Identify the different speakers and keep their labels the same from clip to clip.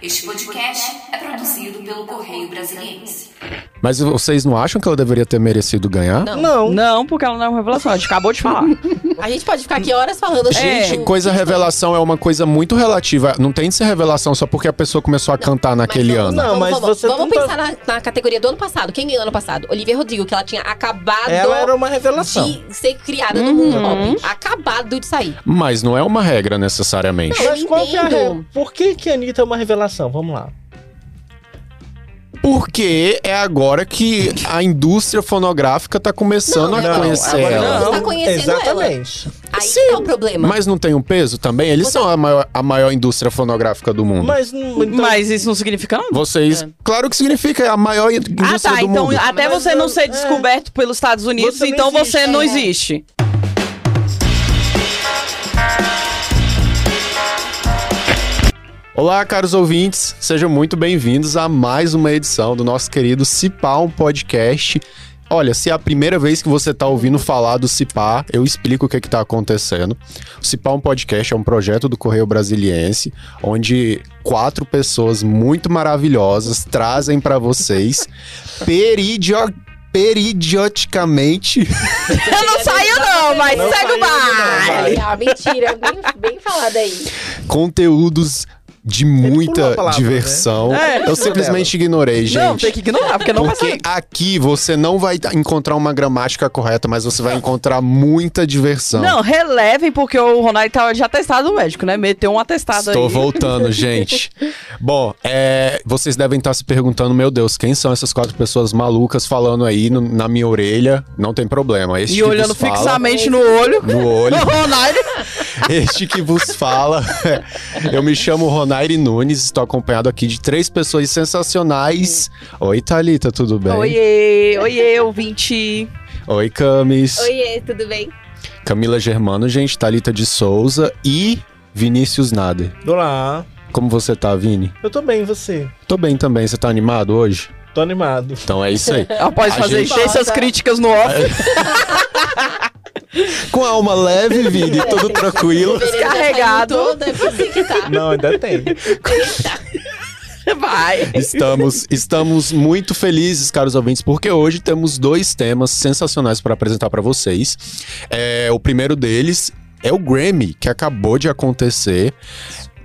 Speaker 1: Este podcast é produzido pelo Correio Brasiliense.
Speaker 2: Mas vocês não acham que ela deveria ter merecido ganhar?
Speaker 3: Não.
Speaker 4: Não.
Speaker 3: Não, porque ela não é uma revelação, a gente acabou de falar.
Speaker 4: A gente pode ficar aqui horas falando
Speaker 3: Gente,
Speaker 4: do-
Speaker 2: É, Coisa revelação é uma coisa muito relativa. Não tem de ser revelação só porque a pessoa começou a cantar
Speaker 4: Mas
Speaker 2: naquele
Speaker 4: vamos
Speaker 2: ano.
Speaker 4: lá,
Speaker 2: Não.
Speaker 4: vamos,
Speaker 5: Não, mas
Speaker 4: vamos,
Speaker 5: você
Speaker 4: vamos
Speaker 5: não tá-
Speaker 4: pensar na, na categoria do ano passado. Quem ganhou ano passado? Olivia Rodrigo, que ela tinha acabado
Speaker 5: Ela era uma revelação.
Speaker 4: de ser criada
Speaker 2: Uhum.
Speaker 4: no mundo pop. Acabado de sair.
Speaker 2: Mas não é uma regra necessariamente.
Speaker 4: eu
Speaker 5: Mas qual que é a
Speaker 4: entendo.
Speaker 5: re... Por que, que a Anitta é uma revelação? Vamos lá.
Speaker 2: Porque é agora que a indústria fonográfica tá começando
Speaker 4: Não,
Speaker 2: a
Speaker 4: não,
Speaker 2: conhecer
Speaker 4: agora
Speaker 2: ela.
Speaker 4: não. Você tá conhecendo
Speaker 5: é exatamente.
Speaker 4: Aí que tá o problema.
Speaker 2: Mas não tem um peso também? Eles são a maior, a maior indústria fonográfica do mundo.
Speaker 5: Mas, não- então,
Speaker 3: Mas isso não significa nada.
Speaker 2: Vocês. Claro que significa é a maior indústria
Speaker 3: Ah, tá.
Speaker 2: do
Speaker 3: Então,
Speaker 2: mundo.
Speaker 3: até
Speaker 5: Mas
Speaker 3: você não
Speaker 5: eu-
Speaker 3: ser
Speaker 5: é.
Speaker 3: descoberto pelos Estados Unidos,
Speaker 5: Você não
Speaker 3: então
Speaker 5: existe,
Speaker 3: você não
Speaker 5: é.
Speaker 3: existe.
Speaker 2: Olá, caros ouvintes, sejam muito bem-vindos a mais uma edição do nosso querido Cipá, um podcast. Olha, se é a primeira vez que você está ouvindo falar do Cipá, eu explico o que está acontecendo. O Cipá, um podcast, é um projeto do Correio Brasiliense, onde quatro pessoas muito maravilhosas trazem para vocês peridio- Periodicamente.
Speaker 3: Eu não saio, não, mas
Speaker 5: Não
Speaker 3: segue o
Speaker 5: saiu, não,
Speaker 3: bar.
Speaker 5: vai.
Speaker 4: Ah, mentira, bem, bem falado aí.
Speaker 2: conteúdos de
Speaker 5: pulou
Speaker 2: muita
Speaker 5: a palavra, É,
Speaker 2: diversão.
Speaker 3: né?
Speaker 2: eu simplesmente ignorei, gente.
Speaker 3: Não, tem que ignorar, porque não vai
Speaker 2: Porque
Speaker 3: sair.
Speaker 2: aqui você não vai encontrar uma gramática correta, mas você vai encontrar muita diversão.
Speaker 3: Não, relevem, porque o Ronaldo tá de atestado médico, né? Meteu um atestado
Speaker 2: Estou
Speaker 3: aí.
Speaker 2: voltando, gente. Bom, é, vocês devem estar se perguntando, meu Deus, quem são essas quatro pessoas malucas falando aí no- na minha orelha? Não tem problema. Este que
Speaker 3: E olhando
Speaker 2: vos fala-
Speaker 3: fixamente no olho.
Speaker 2: no olho.
Speaker 3: O Ronaldo.
Speaker 2: Este que vos fala. Eu me chamo Ronaire Nunes, estou acompanhado aqui de três pessoas sensacionais. Oi, Thalita, tudo bem?
Speaker 3: Oiê, oiê, ouvinte.
Speaker 2: Oi, Camis.
Speaker 4: Oiê, tudo bem?
Speaker 2: Camila Germano, gente, Thalita de Souza e Vinícius Nader.
Speaker 5: Olá.
Speaker 2: Como você tá, Vini?
Speaker 5: Eu tô bem, e você?
Speaker 2: Tô bem também, você tá animado hoje?
Speaker 5: Tô animado.
Speaker 2: Então é isso aí.
Speaker 3: Após
Speaker 2: A
Speaker 3: fazer
Speaker 2: gente-
Speaker 3: encher suas críticas no off,
Speaker 2: Com a alma leve, Vini, tudo tranquilo.
Speaker 3: Descarregado.
Speaker 4: Toda, é você que tá.
Speaker 5: Não, ainda tem.
Speaker 3: vai.
Speaker 2: Estamos, estamos muito felizes, caros ouvintes, porque hoje temos dois temas sensacionais para apresentar para vocês. É, o primeiro deles é o Grammy, que acabou de acontecer.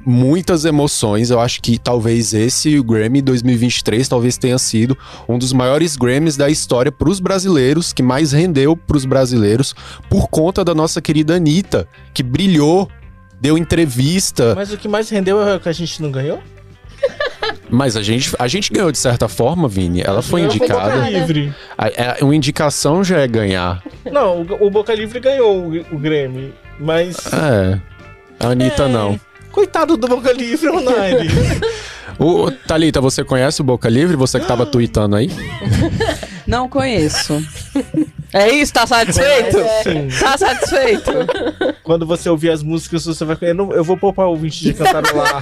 Speaker 2: Muitas emoções, eu acho que talvez esse o Grammy 2023 talvez tenha sido um dos maiores Grammys da história para os brasileiros, que mais rendeu para os brasileiros, por conta da nossa querida Anitta, que brilhou, deu entrevista,
Speaker 5: Mas o que mais rendeu é o que a gente não ganhou?
Speaker 2: mas a gente, a gente ganhou de certa forma, Vini. Ela foi
Speaker 5: Não,
Speaker 2: indicada.
Speaker 5: Boca Livre.
Speaker 2: A- é, Uma indicação já é ganhar.
Speaker 5: Não, o, o Boca Livre ganhou o, o Grêmio. Mas.
Speaker 2: É. A Anitta não.
Speaker 5: Coitado do Boca Livre, Ronaldo.
Speaker 2: O, o- Thalita, você conhece o Boca Livre? Você que
Speaker 4: Ah.
Speaker 2: tava tweetando aí?
Speaker 3: Não conheço. É isso, tá satisfeito?
Speaker 5: Sim.
Speaker 3: Tá satisfeito?
Speaker 5: Quando você ouvir as músicas, você vai. Eu, não- eu vou poupar o ouvinte de cantarolar.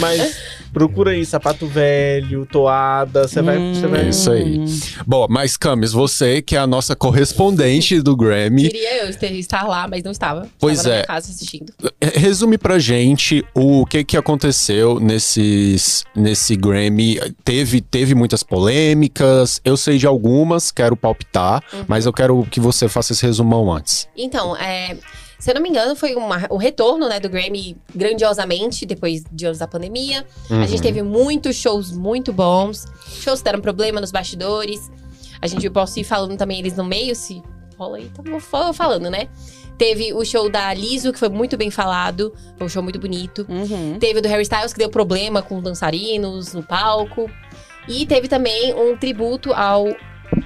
Speaker 5: Mas procura aí, sapato velho, toada. Você vai. Você vai...
Speaker 2: Hum, É Isso aí. Bom, mas Camis, você que é a nossa correspondente do Grammy,
Speaker 4: Queria eu ter- estar lá, mas não estava.
Speaker 2: Pois
Speaker 4: estava na
Speaker 2: é.
Speaker 4: minha casa assistindo.
Speaker 2: eh, resume pra gente o que que aconteceu nesses, nesse Grammy. Teve, teve muitas polêmicas, eu sei de algumas, quero palpitar,
Speaker 4: Uhum.
Speaker 2: mas eu quero que você faça esse resumão antes.
Speaker 4: Então, é, se eu não me engano, foi uma- o retorno né, do Grammy grandiosamente depois de anos da pandemia. A gente teve muitos shows muito bons. Shows que deram problema nos bastidores. A gente eu posso ir falando também eles no meio, se rola aí, tá bom, fala- falando, né? Teve o show da Liso, que foi muito bem falado. Foi um show muito bonito.
Speaker 3: Uhum.
Speaker 4: Teve o do Harry Styles, que deu problema com dançarinos no palco. E teve também um tributo ao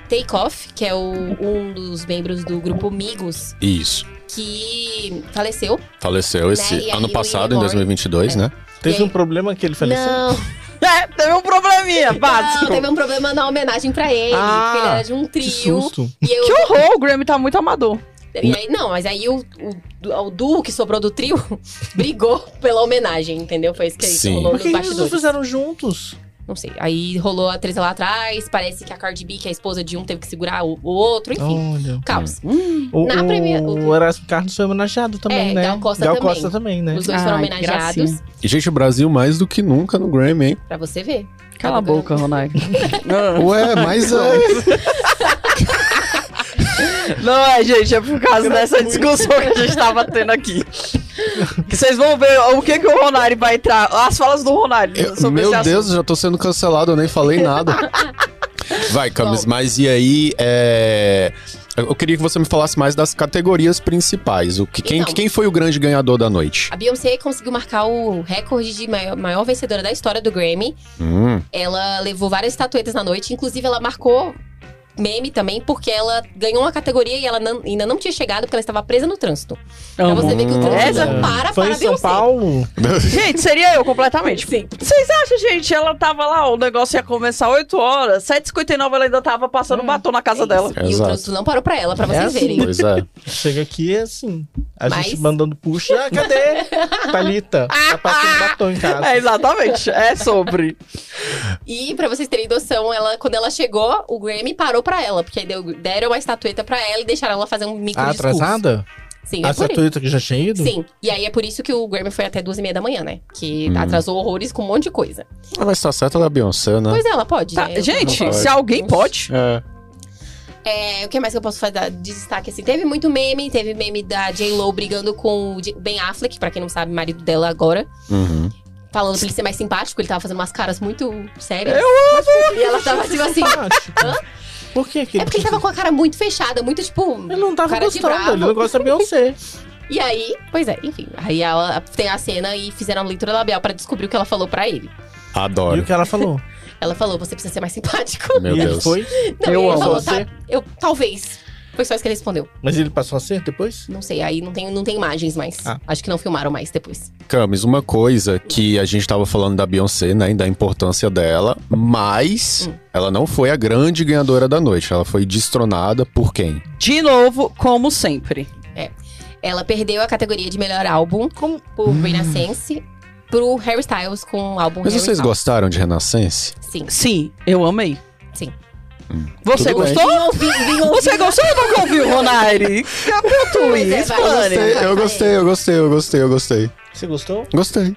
Speaker 4: Take Off, que é o- um dos membros do grupo Migos
Speaker 2: Isso.
Speaker 4: que faleceu.
Speaker 2: Faleceu esse
Speaker 4: Né, e aí
Speaker 2: ano
Speaker 4: o
Speaker 2: passado, em
Speaker 4: In Memoriam.
Speaker 2: 2022,
Speaker 4: É.
Speaker 2: né?
Speaker 5: Teve um problema que ele faleceu?
Speaker 3: É, teve um probleminha,
Speaker 4: Não,
Speaker 3: básico.
Speaker 4: teve um problema na homenagem pra ele,
Speaker 3: Ah,
Speaker 4: porque ele era de um
Speaker 5: Que
Speaker 4: trio.
Speaker 5: susto.
Speaker 4: E eu,
Speaker 3: Que horror, o Grammy tá muito amador.
Speaker 4: e aí- não, mas aí o, o, o duo que sobrou do trio brigou pela homenagem, entendeu? Foi isso que
Speaker 2: Sim.
Speaker 4: rolou
Speaker 5: Por
Speaker 4: nos
Speaker 5: que eles não
Speaker 4: bastidores.
Speaker 5: fizeram juntos?
Speaker 4: Não sei. Aí rolou a treta lá atrás. Parece que a Cardi B, que é a esposa de um, teve que segurar o, o outro. Enfim,
Speaker 5: Olha.
Speaker 4: caos.
Speaker 5: O,
Speaker 4: Na
Speaker 5: o,
Speaker 4: premi- o-
Speaker 5: o Erasmo Carlos foi homenageado também,
Speaker 4: É,
Speaker 5: né?
Speaker 4: Gal Costa também.
Speaker 5: Costa também, né?
Speaker 4: Os dois foram
Speaker 3: Ai,
Speaker 4: homenageados.
Speaker 3: gracinha.
Speaker 2: E, gente, o Brasil mais do que nunca no Grammy, hein?
Speaker 4: Pra você ver. Tá
Speaker 3: Cala a boca, Ronaldo.
Speaker 2: Ué, mais é.
Speaker 3: Não é, gente, é por causa dessa discussão que a gente tava tendo aqui. Que vocês vão ver o que, que o Ronari vai entrar. As falas do Ronari
Speaker 2: Eu-
Speaker 3: sobre
Speaker 2: Meu
Speaker 3: esse
Speaker 2: Deus, eu já tô sendo cancelado, eu nem falei nada. Vai, Camis, mas e aí? é, Eu eu queria que você me falasse mais das categorias principais. O que, quem,
Speaker 4: Então.
Speaker 2: quem foi o grande ganhador da noite?
Speaker 4: A Beyoncé conseguiu marcar o recorde de maior, maior vencedora da história do Grammy.
Speaker 2: Hum,
Speaker 4: Ela levou várias estatuetas na noite. Inclusive, ela marcou meme também, porque ela ganhou uma categoria e ela não- ainda não tinha chegado, porque ela estava presa no trânsito.
Speaker 3: assunto.
Speaker 4: Pra você ver que o trânsito
Speaker 3: Essa-
Speaker 4: não para
Speaker 5: Foi
Speaker 4: para
Speaker 5: em
Speaker 4: a
Speaker 5: São
Speaker 4: Beyoncé.
Speaker 5: Paulo?
Speaker 3: Gente, seria eu completamente. Vocês acham, gente, ela tava lá, o negócio ia começar 8 horas, 7h59 ela ainda tava passando batom na casa
Speaker 4: É
Speaker 3: dela.
Speaker 4: isso. E o
Speaker 2: Exato.
Speaker 4: trânsito não parou pra ela, pra vocês
Speaker 5: É assim.
Speaker 4: verem.
Speaker 2: pois é.
Speaker 5: Chega aqui assim. A
Speaker 4: Mas- Ah,
Speaker 5: gente mandando puxa. Ah, cadê? Thalita. Tá passando batom em casa. Ah,
Speaker 3: É, exatamente. É sobre.
Speaker 4: E pra vocês terem noção, ela, quando ela chegou, o Grammy parou pra ela, porque aí deu- deram uma estatueta pra ela e deixaram ela fazer um micro
Speaker 5: Ah,
Speaker 4: discurso.
Speaker 5: atrasada?
Speaker 4: Sim,
Speaker 5: A
Speaker 4: é por aí.
Speaker 5: estatueta que já tinha ido?
Speaker 4: Sim, e aí é por isso que o Grammy foi até duas e meia da manhã, né? Que
Speaker 2: Hum.
Speaker 4: atrasou horrores com um monte de coisa.
Speaker 2: Ah, mas tá certo, ela é Beyoncé,
Speaker 5: Hum.
Speaker 2: né?
Speaker 4: Pois é, ela pode.
Speaker 3: Tá,
Speaker 4: né? Eu-
Speaker 3: gente,
Speaker 2: pode.
Speaker 3: se alguém pode.
Speaker 2: É.
Speaker 4: É, o que mais que eu posso fazer de destaque assim? Teve muito meme, teve meme da J-Lo brigando com o J- Ben Affleck, pra quem não sabe, marido dela agora.
Speaker 2: Uhum.
Speaker 4: Falando pra ele ser mais simpático, ele tava fazendo umas caras muito sérias. E ela tava tipo assim.
Speaker 5: Ah, tipo, Por que que
Speaker 4: É porque ele tava com a cara muito fechada, muito tipo.
Speaker 5: Ele não tava
Speaker 4: Cara de
Speaker 5: gostando,
Speaker 4: bravo.
Speaker 5: ele não gosta da Beyoncé.
Speaker 4: E aí, pois é, enfim. Aí ela tem a cena e fizeram a leitura labial pra descobrir o que ela falou pra ele.
Speaker 5: E
Speaker 2: Adoro.
Speaker 5: o que ela falou?
Speaker 4: Ela falou: você precisa ser mais simpático.
Speaker 2: Meu
Speaker 5: e ele
Speaker 2: Deus.
Speaker 5: foi,
Speaker 4: Não,
Speaker 3: Eu
Speaker 4: e ele
Speaker 3: amo
Speaker 4: falou,
Speaker 5: você.
Speaker 4: tá, eu talvez. Foi só isso que ele respondeu.
Speaker 5: mas ele passou a ser depois?
Speaker 4: Não sei, aí não tem, não tem imagens mais.
Speaker 5: Ah.
Speaker 4: Acho que não filmaram mais depois.
Speaker 2: Camis, uma coisa que a gente tava falando da Beyoncé, né, e da importância dela, mas ela não foi a grande ganhadora da noite. Ela foi destronada por quem?
Speaker 3: De novo, como sempre.
Speaker 4: Ela perdeu a categoria de melhor álbum com o
Speaker 3: Hum.
Speaker 4: Renaissance pro Harry Styles com o álbum
Speaker 2: Mas
Speaker 4: Harry
Speaker 2: vocês
Speaker 4: Styles.
Speaker 2: gostaram de Renascença?
Speaker 4: Sim.
Speaker 3: Sim, eu amei.
Speaker 4: Sim.
Speaker 3: Você
Speaker 2: Tudo bem.
Speaker 3: gostou? Você gostou ou não ouviu, Ronari? Capotui,
Speaker 4: Pois é, vai.
Speaker 3: explane.
Speaker 4: Gostei.
Speaker 2: Eu gostei, eu gostei, eu gostei, eu gostei.
Speaker 5: Você gostou?
Speaker 2: Gostei.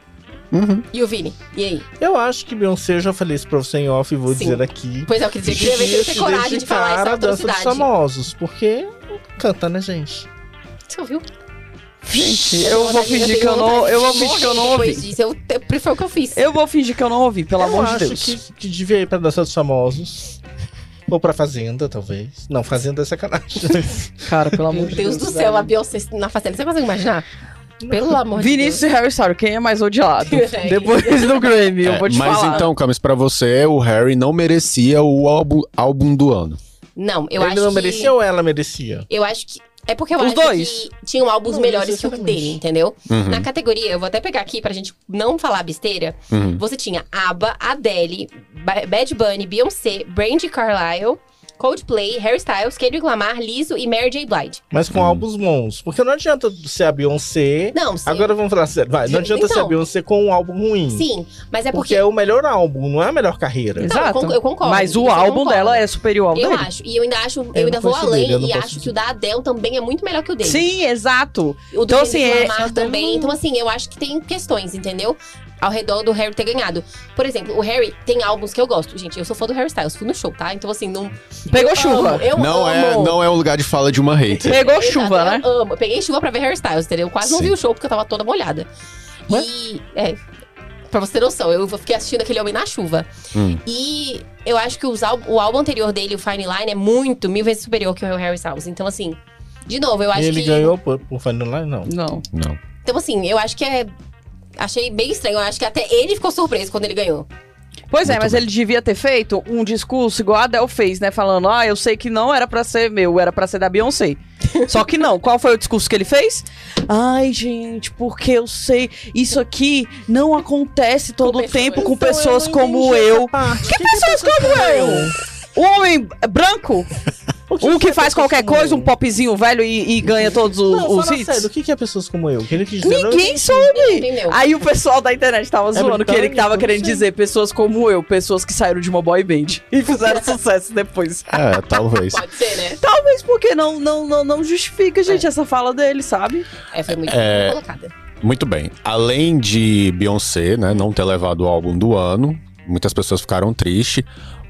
Speaker 2: Uhum.
Speaker 4: E o Vini? E aí?
Speaker 5: Eu acho que Beyoncé, eu já falei isso pra você em off e vou
Speaker 4: Sim.
Speaker 5: dizer aqui.
Speaker 4: Pois é, eu queria queria ver se você tem coragem de falar essa
Speaker 5: a dança dos
Speaker 4: atrocidade.
Speaker 5: famosos, porque canta, né, gente?
Speaker 4: Você ouviu?
Speaker 3: Gente, eu vou
Speaker 4: Ronaldo,
Speaker 3: fingir
Speaker 4: tenho
Speaker 3: que eu não,
Speaker 4: vontade
Speaker 3: eu
Speaker 4: de
Speaker 3: vou fingir que eu não
Speaker 4: morrer depois
Speaker 3: ouvi.
Speaker 4: disso. Eu, eu, prefiro o que eu fiz.
Speaker 3: Eu vou fingir que eu não ouvi, pelo
Speaker 5: eu
Speaker 3: amor de
Speaker 5: acho
Speaker 3: Deus.
Speaker 5: Que, que devia ir pra dança dos famosos. Ou pra Fazenda, talvez. Não, Fazenda é sacanagem.
Speaker 3: Cara, pelo
Speaker 4: Meu
Speaker 3: amor de Deus.
Speaker 4: Deus do céu, a Beyoncé na fazenda. Você consegue imaginar? Pelo amor
Speaker 3: Vinícius e Harry Styles, quem é mais odiado?
Speaker 4: É.
Speaker 3: Depois do Grammy, eu
Speaker 2: É,
Speaker 3: vou te
Speaker 2: mas
Speaker 3: falar.
Speaker 2: então, Camis, pra você, o Harry não merecia o álbum, álbum do ano.
Speaker 4: de Deus. Não, eu
Speaker 5: ele
Speaker 4: acho
Speaker 5: não
Speaker 4: que...
Speaker 5: merecia ou ela merecia?
Speaker 4: Eu acho que... É porque eu
Speaker 3: Os
Speaker 4: acho
Speaker 3: dois.
Speaker 4: que tinham álbuns
Speaker 5: Não,
Speaker 4: melhores que o
Speaker 5: necessariamente.
Speaker 4: dele, entendeu?
Speaker 2: Uhum,
Speaker 4: Na categoria, eu vou até pegar aqui pra gente não falar besteira.
Speaker 2: uhum.
Speaker 4: Você tinha ABBA, Adele, Ba- Bad Bunny, Beyoncé, Brandy Carlyle, Coldplay, Harry Styles, Kendrick Lamar, Lizzo e Mary J. Blige.
Speaker 5: Mas com
Speaker 2: Hum.
Speaker 5: álbuns bons. Porque não adianta ser a Beyoncé.
Speaker 4: Não, sim.
Speaker 5: Agora vamos falar sério. Vai, não adianta ser a
Speaker 4: Então.
Speaker 5: Beyoncé com um álbum ruim.
Speaker 4: Sim, mas é porque...
Speaker 5: porque... é o melhor álbum, não é a melhor carreira.
Speaker 4: Não, eu con- eu concordo,
Speaker 3: Mas o
Speaker 4: isso eu
Speaker 3: álbum
Speaker 4: concordo.
Speaker 3: dela é superior ao
Speaker 4: Eu
Speaker 3: dele.
Speaker 4: acho, e eu ainda acho, eu,
Speaker 5: não
Speaker 4: ainda vou
Speaker 5: conheço dele,
Speaker 4: além
Speaker 5: eu não
Speaker 4: e
Speaker 5: posso
Speaker 4: acho que o da Adele também é muito melhor que o dele.
Speaker 3: Sim, exato.
Speaker 4: O do
Speaker 3: Então, assim,
Speaker 4: Kendrick
Speaker 3: é-
Speaker 4: Lamar também. Então, assim, eu acho que tem questões, entendeu? Ao redor do Harry ter ganhado. Por exemplo, o Harry tem álbuns que eu gosto. Gente, eu sou fã do Harry Styles, fui no show, tá? Então, assim, não.
Speaker 3: Pegou
Speaker 4: eu
Speaker 3: É chuva.
Speaker 4: amo, eu
Speaker 2: Não, é,
Speaker 4: amo.
Speaker 2: não é um lugar de fala de uma hater.
Speaker 3: Pegou
Speaker 4: Exato,
Speaker 3: chuva, né?
Speaker 4: Eu amo. Eu peguei chuva pra ver Harry Styles, entendeu? Eu Quase não
Speaker 2: Sim.
Speaker 4: vi o show porque eu tava toda molhada.
Speaker 5: Ué?
Speaker 4: E. É. Pra você ter noção, eu fiquei assistindo aquele homem na chuva.
Speaker 2: Hum.
Speaker 4: E eu acho que os ál- o álbum anterior dele, o Fine Line, é muito, mil vezes superior que o meu Harry Styles. Então, assim, de novo, eu acho
Speaker 5: E ele
Speaker 4: que.
Speaker 5: ganhou por, por Funny Line, não.
Speaker 3: Não.
Speaker 2: Não.
Speaker 4: Então, assim, eu acho que é. Achei bem estranho. Eu acho que até ele ficou surpreso quando ele ganhou.
Speaker 3: Pois é,
Speaker 2: Muito
Speaker 3: mas
Speaker 2: bem.
Speaker 3: ele devia ter feito um discurso igual a Adele fez, né? Falando, ah, eu sei que não era pra ser meu, era pra ser da Beyoncé. Só que não. Qual foi o discurso que ele fez? Ai, gente, porque eu sei, isso aqui não acontece todo o
Speaker 4: pessoas.
Speaker 3: tempo com
Speaker 5: Então,
Speaker 3: pessoas
Speaker 5: não
Speaker 3: como
Speaker 5: entendi
Speaker 3: eu.
Speaker 5: essa parte.
Speaker 3: Que pessoas como eu? O homem branco
Speaker 5: O
Speaker 3: Um que
Speaker 5: é
Speaker 3: faz
Speaker 5: pessoas
Speaker 3: qualquer
Speaker 5: como
Speaker 3: coisa,
Speaker 5: eu?
Speaker 3: um popzinho velho e, e ganha todos os,
Speaker 5: Não,
Speaker 3: os
Speaker 5: fala
Speaker 3: hits?
Speaker 5: sério, o que que é pessoas como eu? O que ele quis dizer? Eu não
Speaker 3: Ninguém
Speaker 5: entendi.
Speaker 3: soube!
Speaker 4: Entendeu?
Speaker 3: Aí o pessoal da internet tava zoando que ele
Speaker 5: britânico,
Speaker 3: tava
Speaker 5: É não
Speaker 3: querendo
Speaker 5: sei.
Speaker 3: dizer pessoas como eu, pessoas que saíram de uma boy band e fizeram sucesso depois.
Speaker 2: É, talvez.
Speaker 4: Pode ser, né?
Speaker 3: Talvez porque não, não, não, não justifica, gente, essa fala dele, sabe?
Speaker 4: É, foi muito
Speaker 2: É.
Speaker 4: colocada.
Speaker 2: Muito bem. Além de Beyoncé, né, não ter levado o álbum do ano, muitas pessoas ficaram tristes.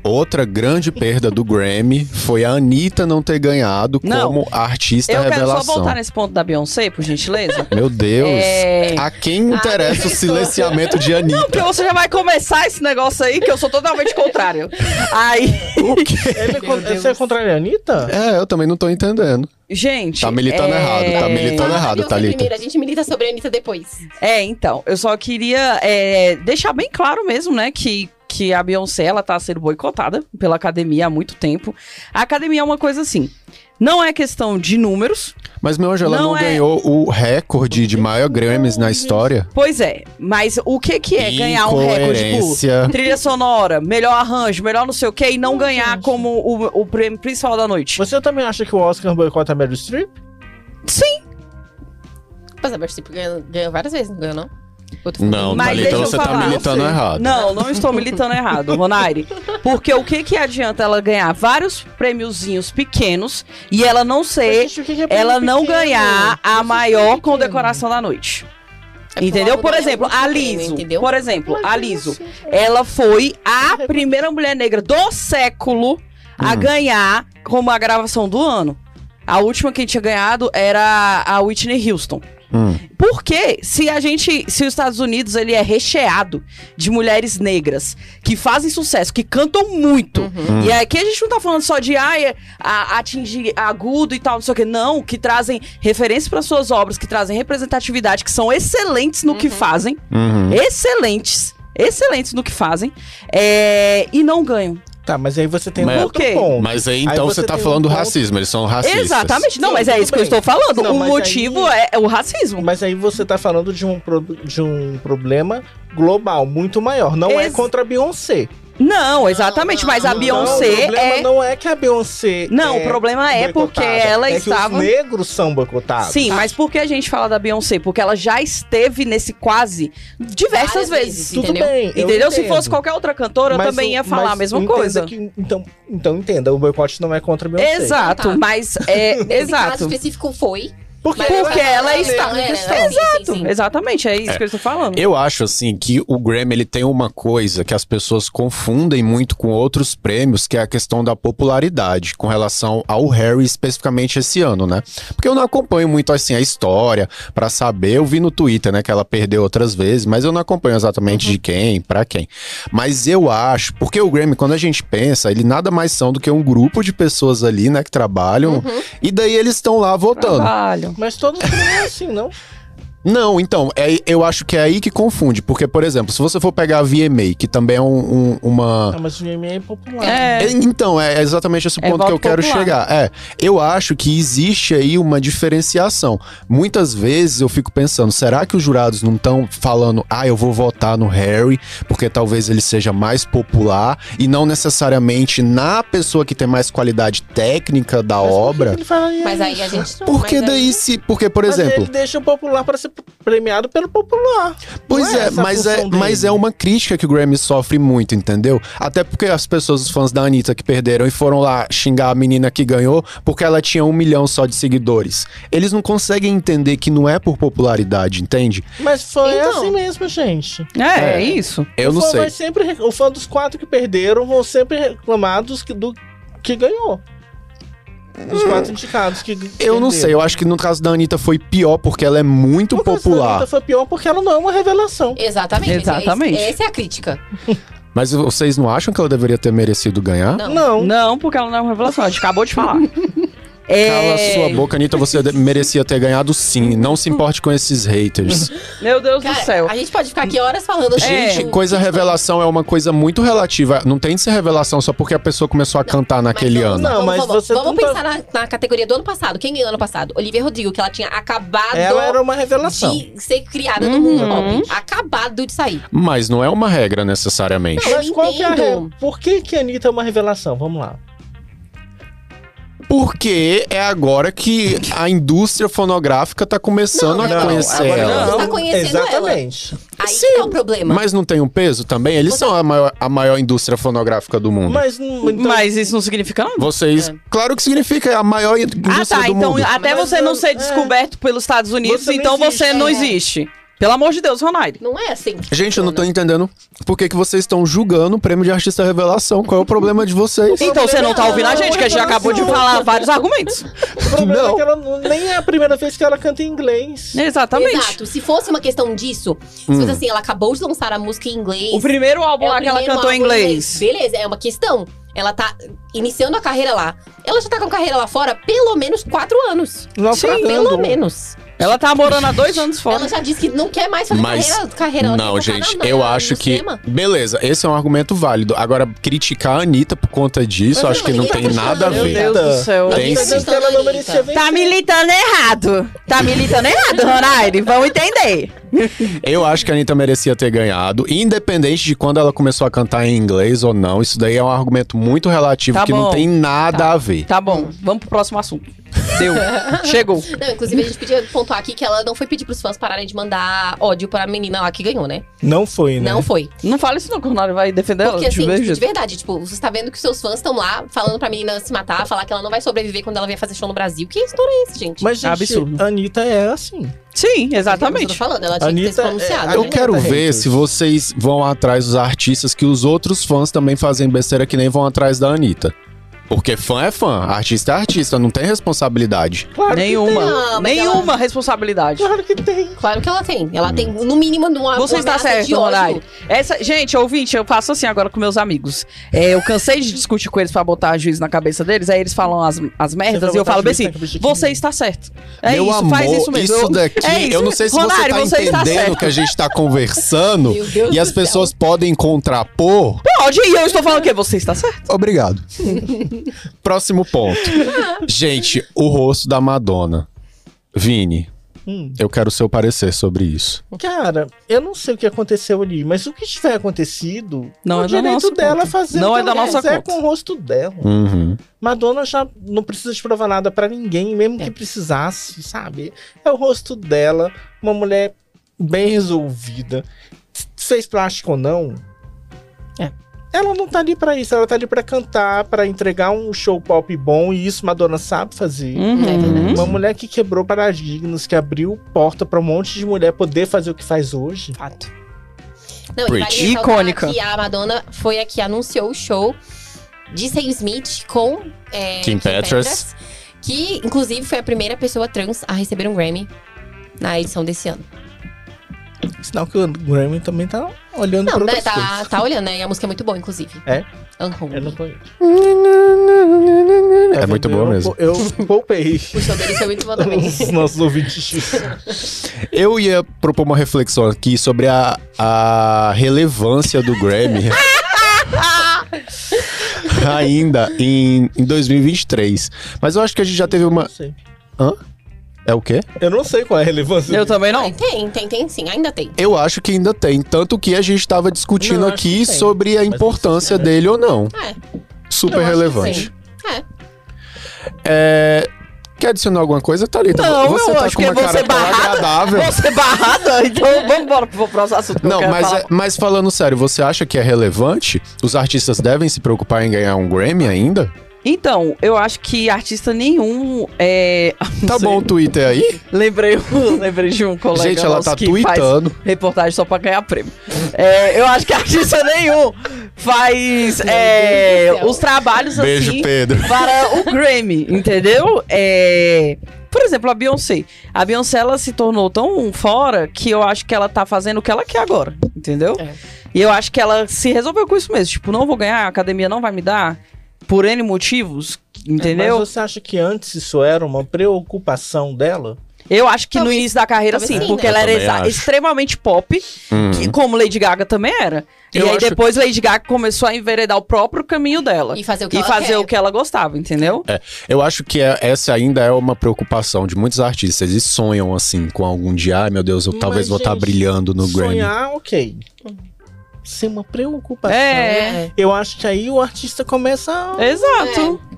Speaker 2: Outra grande perda do Grammy foi a Anitta não ter ganhado
Speaker 3: Não.
Speaker 2: como artista
Speaker 3: Eu quero
Speaker 2: É
Speaker 3: só
Speaker 2: revelação.
Speaker 3: voltar nesse ponto da Beyoncé, por gentileza.
Speaker 2: Meu Deus.
Speaker 3: É.
Speaker 2: A quem interessa o
Speaker 4: isso.
Speaker 2: silenciamento de
Speaker 3: Porque
Speaker 2: Anitta?
Speaker 3: você já vai começar esse negócio aí, que eu sou totalmente contrário. Aí,
Speaker 2: O quê?
Speaker 5: Ele é con- Você é contrário a Anitta?
Speaker 2: É, eu também não tô entendendo.
Speaker 3: gente. é,
Speaker 2: Tá militando errado, tá militando
Speaker 4: Fala da
Speaker 2: errado,
Speaker 4: Beyoncé
Speaker 2: Thalita.
Speaker 4: Primeiro, a gente milita sobre a Anitta depois.
Speaker 3: É, então, eu só queria é, deixar bem claro mesmo, né, que, que a Beyoncé, ela tá sendo boicotada pela academia há muito tempo. A academia é uma coisa assim, não é questão de números,
Speaker 2: Mas, meu anjo, ela não,
Speaker 3: Não é-
Speaker 2: ganhou o recorde de maior Grammys na história?
Speaker 3: pois é, mas o que que é ganhar um recorde, tipo,
Speaker 2: Incoerência.
Speaker 3: trilha sonora, melhor arranjo, melhor não sei o que, e não ganhar como o, o prêmio principal da noite?
Speaker 5: Você também acha que o Oscar boicota a Meryl Streep?
Speaker 3: Sim,
Speaker 4: Mas a Meryl Streep ganhou, ganhou várias vezes, não ganhou, não? Outro
Speaker 2: Não,
Speaker 3: Mas
Speaker 2: Thalita,
Speaker 3: deixa eu
Speaker 2: você tá
Speaker 3: falar.
Speaker 2: militando errado.
Speaker 3: não, não estou militando errado, Ronaire, porque o que que adianta ela ganhar vários prêmiozinhos pequenos e ela não ser...
Speaker 5: Mas, gente, o que que é
Speaker 3: ela
Speaker 5: prêmio
Speaker 3: não
Speaker 5: pequeno?
Speaker 3: ganhar
Speaker 5: Isso é
Speaker 3: a maior
Speaker 5: pequeno.
Speaker 3: condecoração da noite.
Speaker 4: É porque
Speaker 3: entendeu?
Speaker 4: logo
Speaker 3: Por
Speaker 4: ganha
Speaker 3: exemplo,
Speaker 4: muito
Speaker 3: a
Speaker 4: prêmio,
Speaker 3: Liso.
Speaker 4: entendeu?
Speaker 3: Por exemplo, a Liso.
Speaker 5: Mas isso-
Speaker 3: Ela foi a primeira mulher negra do século a
Speaker 2: Hum.
Speaker 3: ganhar como a gravação do ano. A última que tinha ganhado era a Whitney Houston.
Speaker 2: Hum.
Speaker 3: Porque se a gente, se os Estados Unidos ele é recheado de mulheres negras que fazem sucesso, que cantam muito.
Speaker 2: Hum.
Speaker 3: E aqui a gente não tá falando só de ah, é, a- atingir agudo e tal, não sei o que, não, que trazem referência para suas obras, que trazem representatividade, que são excelentes no que fazem,
Speaker 2: Uhum.
Speaker 3: excelentes, excelentes no que fazem, é, e não ganham.
Speaker 5: Tá, mas aí você tem
Speaker 2: Mas-
Speaker 5: um
Speaker 3: Por
Speaker 5: outro
Speaker 3: é quê?
Speaker 5: ponto.
Speaker 2: Mas aí
Speaker 5: Aí
Speaker 2: então
Speaker 5: você
Speaker 2: você tá
Speaker 5: tem um
Speaker 2: falando do
Speaker 5: ponto-
Speaker 2: racismo, eles são racistas.
Speaker 3: Exatamente, não,
Speaker 5: Sim,
Speaker 3: mas é
Speaker 5: tudo
Speaker 3: isso que eu
Speaker 5: bem.
Speaker 3: estou falando.
Speaker 5: Não,
Speaker 3: o
Speaker 5: mas
Speaker 3: motivo é, é o racismo.
Speaker 5: Mas aí você tá falando de um, pro- de um problema global muito maior. Não é
Speaker 3: Ex-
Speaker 5: contra a Beyoncé.
Speaker 3: Não, exatamente, mas a
Speaker 4: não,
Speaker 5: Não, o
Speaker 3: Beyoncé
Speaker 5: problema
Speaker 3: é.
Speaker 5: não é que a Beyoncé.
Speaker 3: Não,
Speaker 5: é
Speaker 3: o problema é porque
Speaker 5: boicotada,
Speaker 3: ela
Speaker 5: é que
Speaker 3: estava.
Speaker 5: os negros Ah. são boicotados.
Speaker 3: Sim, mas por que a gente fala da Beyoncé? Porque ela já esteve nesse quase
Speaker 4: Várias
Speaker 3: diversas vezes.
Speaker 4: vezes.
Speaker 5: Tudo
Speaker 4: entendeu?
Speaker 5: bem. eu
Speaker 3: Entendeu? Se
Speaker 5: entendo.
Speaker 3: fosse qualquer outra cantora, eu
Speaker 5: Mas
Speaker 3: também
Speaker 5: o-
Speaker 3: ia falar a
Speaker 5: mas
Speaker 3: mesma
Speaker 5: entenda
Speaker 3: coisa.
Speaker 5: que- então, então entenda, o boicote não é contra a Beyoncé.
Speaker 3: Exato,
Speaker 4: Então tá.
Speaker 3: mas é.
Speaker 4: Nesse caso
Speaker 3: exato.
Speaker 4: específico foi.
Speaker 5: Porque,
Speaker 4: mas
Speaker 3: Porque ela
Speaker 4: é,
Speaker 3: está-
Speaker 4: né, né,
Speaker 3: está-
Speaker 4: não, sim, sim,
Speaker 3: Exato,
Speaker 4: sim.
Speaker 3: Exatamente, é isso que eu estou falando.
Speaker 2: Eu acho assim que o Grammy ele tem uma coisa que as pessoas confundem muito com outros prêmios, que é a questão da popularidade com relação ao Harry especificamente esse ano, né? Porque eu não acompanho muito assim a história pra saber. Eu vi no Twitter, né, que ela perdeu outras vezes, mas eu não acompanho exatamente de quem, pra quem. Mas eu acho, porque o Grammy quando a gente pensa, ele nada mais são do que um grupo de pessoas ali, né, que trabalham, e daí eles estão lá votando.
Speaker 3: Trabalho.
Speaker 5: Mas todos não é assim, não?
Speaker 2: Não, então, é- eu acho que é aí que confunde. Porque, por exemplo, se você for pegar a VMA, que também é um- um- uma.
Speaker 5: Ah, mas o GMA é popular.
Speaker 3: É.
Speaker 2: É, Então, é exatamente esse
Speaker 3: É
Speaker 2: ponto que eu
Speaker 3: voto
Speaker 2: quero
Speaker 3: popular.
Speaker 2: chegar. É, eu acho que existe aí uma diferenciação. Muitas vezes eu fico pensando, será que os jurados não estão falando, ah, eu vou votar no Harry, porque talvez ele seja mais popular, e não necessariamente na pessoa que tem mais qualidade técnica da
Speaker 5: Mas por que que
Speaker 2: obra?
Speaker 5: ele falaria
Speaker 4: Mas aí
Speaker 5: isso?
Speaker 4: a gente não.
Speaker 2: Porque
Speaker 4: mas aí-
Speaker 2: daí se. Porque, por
Speaker 5: Mas
Speaker 2: exemplo.
Speaker 5: ele deixa o popular para ser premiado pelo popular.
Speaker 2: Pois
Speaker 5: Não é
Speaker 2: é,
Speaker 5: essa a
Speaker 2: mas é,
Speaker 5: função dele.
Speaker 2: mas é uma crítica que o Grammy sofre muito, entendeu? Até porque as pessoas, os fãs da Anitta que perderam e foram lá xingar a menina que ganhou porque ela tinha um milhão só de seguidores. Eles não conseguem entender que não é por popularidade, entende?
Speaker 5: Mas fã é
Speaker 4: Então.
Speaker 5: assim mesmo, gente.
Speaker 3: É,
Speaker 2: É.
Speaker 3: é isso.
Speaker 2: Eu não
Speaker 5: o fã
Speaker 2: sei.
Speaker 5: vai sempre re- o fã dos quatro que perderam vão sempre reclamar dos que, do que ganhou. Os quatro indicados que
Speaker 2: Hum. Eu não sei, eu acho que no caso da Anitta foi pior porque ela é muito popular.
Speaker 5: Foi pior porque ela não é uma revelação.
Speaker 4: Exatamente.
Speaker 3: Exatamente.
Speaker 4: Esse- Essa é a crítica.
Speaker 2: Mas vocês não acham que ela deveria ter merecido ganhar?
Speaker 4: Não.
Speaker 5: Não.
Speaker 3: Não, porque ela não é uma revelação, a gente acabou de falar.
Speaker 2: Cala
Speaker 3: É...
Speaker 2: sua boca, Anitta, você de- merecia ter ganhado sim. Não se importe com esses haters.
Speaker 3: Meu Deus do
Speaker 4: Cara,
Speaker 3: céu.
Speaker 4: a gente pode ficar aqui horas falando
Speaker 3: É.
Speaker 2: Gente, coisa revelação é uma coisa muito relativa. Não tem de ser revelação só porque a pessoa começou a cantar naquele
Speaker 4: vamos-
Speaker 2: ano.
Speaker 5: Não, mas
Speaker 4: vamos,
Speaker 5: você
Speaker 4: vamos
Speaker 5: não tá-
Speaker 4: pensar na, na categoria do ano passado. Quem ganhou ano passado? Olivia Rodrigo, que ela tinha acabado
Speaker 5: Ela era uma revelação.
Speaker 4: de ser criada no
Speaker 3: Uhum.
Speaker 4: mundo pop. Acabado de sair.
Speaker 2: Mas não é uma regra necessariamente.
Speaker 4: Não, eu
Speaker 5: Mas qual que é a
Speaker 4: entendo.
Speaker 5: re... Por que que a Anitta é uma revelação? Vamos lá.
Speaker 2: porque é agora que a indústria fonográfica tá começando a
Speaker 4: Não,
Speaker 2: conhecer
Speaker 5: agora
Speaker 2: É ela.
Speaker 4: Você tá conhecendo
Speaker 5: Exatamente.
Speaker 4: Aí
Speaker 2: Sim.
Speaker 4: que tá o problema.
Speaker 2: Mas não tem um peso também? Eles são a maior, a maior indústria fonográfica do mundo.
Speaker 5: Mas não. Então,
Speaker 3: Mas isso não significa nada.
Speaker 2: Vocês. Claro que significa é a maior indústria
Speaker 3: Ah, tá.
Speaker 2: do
Speaker 3: Então,
Speaker 2: mundo.
Speaker 3: até
Speaker 5: Mas
Speaker 3: você não
Speaker 5: eu-
Speaker 3: ser
Speaker 5: é.
Speaker 3: descoberto pelos Estados Unidos,
Speaker 5: Você não
Speaker 3: então
Speaker 5: existe.
Speaker 3: você não
Speaker 4: É.
Speaker 3: existe. Pelo amor de Deus, Ronaldo.
Speaker 4: Não é assim. que
Speaker 2: Gente, eu não tô
Speaker 4: funciona.
Speaker 2: entendendo por que, que vocês estão julgando o prêmio de artista revelação. Qual é o problema de vocês?
Speaker 3: Então você não tá ouvindo a gente, que a gente acabou de falar vários argumentos.
Speaker 5: o problema
Speaker 2: Não.
Speaker 5: é que ela não- nem é a primeira vez que ela canta em inglês.
Speaker 4: Né?
Speaker 3: Exatamente.
Speaker 4: Exato. Se fosse uma questão disso, se
Speaker 3: Hum.
Speaker 4: fosse assim, ela acabou de lançar a música em inglês.
Speaker 3: O primeiro álbum
Speaker 4: é o
Speaker 3: lá que ela
Speaker 4: primeiro
Speaker 3: cantou em
Speaker 4: álbum
Speaker 3: inglês.
Speaker 4: Beleza, é uma questão. Ela tá iniciando a carreira lá. Ela já tá com carreira lá fora pelo menos quatro anos.
Speaker 5: Naufragando.
Speaker 4: pelo menos.
Speaker 3: Ela tá morando há dois anos fora.
Speaker 4: Ela já disse que não quer mais fazer
Speaker 2: Mas-
Speaker 4: carreira. carreira ela
Speaker 2: Não,
Speaker 4: quer focar
Speaker 2: gente,
Speaker 4: na- na-
Speaker 2: eu
Speaker 4: no
Speaker 2: acho que.
Speaker 4: cinema.
Speaker 2: Beleza, esse é um argumento válido. Agora, criticar a Anitta por conta disso,
Speaker 4: Mas
Speaker 2: eu acho
Speaker 4: não,
Speaker 2: que não
Speaker 4: ninguém
Speaker 2: tem
Speaker 4: tá
Speaker 2: nada a
Speaker 4: criticando,
Speaker 5: Meu
Speaker 2: ver.
Speaker 5: Deus do
Speaker 3: céu.
Speaker 2: Tem
Speaker 5: Ela
Speaker 2: sim.
Speaker 5: disse que ela não merecia vencer.
Speaker 3: Tá militando errado. Tá militando errado, Ronaldo. Vamos entender.
Speaker 2: Eu acho que a Anitta merecia ter ganhado, independente de quando ela começou a cantar em inglês ou não. Isso daí é um argumento muito relativo
Speaker 3: Tá
Speaker 2: que não
Speaker 3: bom.
Speaker 2: tem nada
Speaker 3: Tá.
Speaker 2: a ver.
Speaker 3: Tá bom, vamos pro próximo assunto. Deu. Chegou.
Speaker 4: Não, inclusive a gente podia pontuar aqui que ela não foi pedir pros fãs pararem de mandar ódio pra menina lá que ganhou, né?
Speaker 5: Não foi, né?
Speaker 4: Não foi.
Speaker 3: Não fala isso não, que o Ronaldo vai defender ela.
Speaker 4: Porque assim,
Speaker 3: de
Speaker 4: tipo,
Speaker 3: vez
Speaker 4: de
Speaker 3: jeito.
Speaker 4: verdade, tipo, você tá vendo que os seus fãs estão lá falando pra menina se matar, falar que ela não vai sobreviver quando ela vier fazer show no Brasil. Que história é essa, gente?
Speaker 5: Mas, gente,
Speaker 3: Absurdo.
Speaker 5: a Anitta é assim.
Speaker 3: Sim,
Speaker 4: Eu tô
Speaker 3: exatamente.
Speaker 4: falando, ela tinha que ter se
Speaker 5: Anitta,
Speaker 4: pronunciado.
Speaker 5: é,
Speaker 2: Eu
Speaker 4: né?
Speaker 2: quero
Speaker 5: Anitta
Speaker 2: ver
Speaker 5: haters.
Speaker 2: se vocês vão atrás dos artistas que os outros fãs também fazem besteira que nem vão atrás da Anitta. Porque fã é fã, artista é artista, não tem responsabilidade.
Speaker 5: Claro
Speaker 3: Nenhuma.
Speaker 4: Não, mas ela-
Speaker 3: nenhuma responsabilidade.
Speaker 5: Claro que tem.
Speaker 4: Claro que ela tem. Ela tem,
Speaker 2: Hum.
Speaker 4: no mínimo, uma.
Speaker 3: Você
Speaker 4: uma
Speaker 3: está
Speaker 4: ameaça tá de
Speaker 3: certo,
Speaker 4: ódio.
Speaker 3: Ronaldo. Essa, gente, ouvinte, eu faço assim agora com meus amigos. É, eu cansei de discutir com eles pra botar juízo na cabeça deles, aí eles falam as, as merdas
Speaker 5: vai
Speaker 3: e eu
Speaker 5: botar
Speaker 3: falo bem assim:
Speaker 5: juiz na cabeça de
Speaker 3: você
Speaker 5: quem?
Speaker 3: está certo. É
Speaker 2: Meu
Speaker 3: isso,
Speaker 2: amor,
Speaker 3: faz isso mesmo. Eu-
Speaker 2: daqui,
Speaker 3: é isso
Speaker 2: eu não sei se
Speaker 3: mesmo.
Speaker 2: você tá
Speaker 3: Ronaldo, você está
Speaker 2: entendendo
Speaker 3: certo.
Speaker 2: que a gente tá conversando
Speaker 4: Meu Deus
Speaker 2: e as
Speaker 4: do céu.
Speaker 2: pessoas podem contrapor.
Speaker 3: Pode, e eu estou falando o quê? Você está certo.
Speaker 2: Obrigado. Próximo ponto. Gente, o rosto da Madonna. Vini,
Speaker 5: Hum.
Speaker 2: eu quero o seu parecer sobre isso.
Speaker 3: Hum.
Speaker 5: Cara, eu não sei o que aconteceu ali, mas o que tiver acontecido,
Speaker 3: Não
Speaker 5: o
Speaker 3: é da
Speaker 5: direito
Speaker 3: nossa
Speaker 5: dela
Speaker 3: conta.
Speaker 5: fazer
Speaker 3: Não
Speaker 5: o que
Speaker 3: é da
Speaker 5: ela
Speaker 3: nossa
Speaker 5: quiser
Speaker 3: conta.
Speaker 5: com o rosto dela.
Speaker 2: Uhum.
Speaker 5: Madonna já não precisa de provar nada pra ninguém, mesmo
Speaker 3: É.
Speaker 5: que precisasse, sabe? É o rosto dela, uma mulher bem resolvida. S- Fez plástico ou não?
Speaker 4: É.
Speaker 5: Ela não tá ali pra isso, ela tá ali pra cantar, pra entregar um show pop bom, e isso Madonna sabe fazer.
Speaker 4: Uhum.
Speaker 5: Uma mulher que quebrou paradigmas, que abriu porta pra um monte de mulher poder fazer o que faz hoje.
Speaker 3: Fato.
Speaker 4: Não, e
Speaker 2: Preach.
Speaker 4: vale ressaltar
Speaker 3: Icônica.
Speaker 4: Que a Madonna foi a que anunciou o show de Sam Smith com é,
Speaker 2: Kim Petras.
Speaker 4: Que, inclusive, foi a primeira pessoa trans a receber um Grammy na edição desse ano.
Speaker 5: Sinal que o Grammy também tá olhando
Speaker 4: Não,
Speaker 5: pra
Speaker 4: né,
Speaker 5: outras
Speaker 4: tá,
Speaker 5: coisas.
Speaker 4: tá olhando, né? E a música é muito boa, inclusive.
Speaker 5: É?
Speaker 4: Unholy.
Speaker 5: Eu não conheço.
Speaker 2: É muito boa
Speaker 5: Tá Eu não
Speaker 2: mesmo.
Speaker 5: pou- Eu poupei
Speaker 4: O show dele foi muito bom também.
Speaker 5: os nossos ouvintes.
Speaker 2: Eu ia propor uma reflexão aqui sobre a, a relevância do Grammy. Ainda em, em 2023. Mas eu acho que a gente já teve
Speaker 5: Não
Speaker 2: uma.
Speaker 5: sei.
Speaker 2: É o quê?
Speaker 5: Eu não sei qual é a relevância.
Speaker 3: Eu também não.
Speaker 4: Ai, Tem, tem, tem sim, ainda tem.
Speaker 2: Eu acho que ainda tem. Tanto que a gente estava discutindo
Speaker 5: Não, eu acho
Speaker 2: aqui
Speaker 5: que tem.
Speaker 2: sobre a
Speaker 5: não
Speaker 2: importância
Speaker 5: sei, né?
Speaker 2: dele ou não.
Speaker 4: É.
Speaker 2: Super
Speaker 4: Eu acho que
Speaker 2: relevante.
Speaker 4: sim. É.
Speaker 2: É, Quer adicionar alguma coisa, Thalita?
Speaker 3: Não,
Speaker 2: você
Speaker 3: eu
Speaker 2: tá
Speaker 3: acho
Speaker 2: com
Speaker 3: que
Speaker 2: uma
Speaker 3: é você
Speaker 2: cara tão
Speaker 3: barrada.
Speaker 2: agradável.
Speaker 3: Você é barrada? Então vamos embora pro próximo assunto. que eu
Speaker 2: Não,
Speaker 3: quero
Speaker 2: mas,
Speaker 3: falar.
Speaker 2: é- mas falando sério, você acha que é relevante? Os artistas devem se preocupar em ganhar um Grammy ainda?
Speaker 3: Então, eu acho que artista nenhum é.
Speaker 2: Tá
Speaker 3: Sim.
Speaker 2: bom o Twitter aí?
Speaker 3: Lembrei, lembrei de um colega
Speaker 2: Gente, ela
Speaker 3: nosso
Speaker 2: tá
Speaker 3: que faz
Speaker 2: tweetando.
Speaker 3: reportagem só pra ganhar prêmio. É, eu acho que artista nenhum faz é,
Speaker 4: Deus do céu.
Speaker 3: os trabalhos
Speaker 2: Beijo,
Speaker 3: assim
Speaker 2: Pedro.
Speaker 3: para o Grammy, entendeu? É, por exemplo, a Beyoncé. A Beyoncé ela se tornou tão fora que eu acho que ela tá fazendo o que ela quer agora, entendeu?
Speaker 4: É.
Speaker 3: E eu acho que ela se resolveu com isso mesmo. Tipo, não vou ganhar, a academia não vai me dar por N motivos,
Speaker 4: É,
Speaker 3: entendeu?
Speaker 5: Mas você acha que antes isso era uma preocupação dela?
Speaker 3: Eu acho que
Speaker 4: Talvez-
Speaker 3: no início da carreira,
Speaker 4: talvez
Speaker 3: sim,
Speaker 4: sim,
Speaker 3: porque
Speaker 4: né?
Speaker 3: ela era
Speaker 2: Eu também
Speaker 3: exa-
Speaker 2: acho.
Speaker 3: extremamente pop,
Speaker 2: Hum.
Speaker 3: que- como Lady Gaga também era.
Speaker 2: Eu
Speaker 3: e aí
Speaker 2: acho-
Speaker 3: depois Lady Gaga começou a enveredar o próprio caminho dela.
Speaker 4: E fazer o que
Speaker 3: E
Speaker 4: ela
Speaker 3: fazer
Speaker 4: quer.
Speaker 3: o que ela gostava, entendeu?
Speaker 2: Eu acho que é- essa ainda é uma preocupação de muitos artistas. Eles sonham, assim, com algum dia. Ai, meu Deus, eu
Speaker 5: Mas,
Speaker 2: talvez vou estar
Speaker 5: gente,
Speaker 2: brilhando no Grammy.
Speaker 5: Sonhar, ok. Ser uma preocupação.
Speaker 3: É.
Speaker 4: É.
Speaker 5: Eu acho que aí o artista começa a
Speaker 3: Exato. É.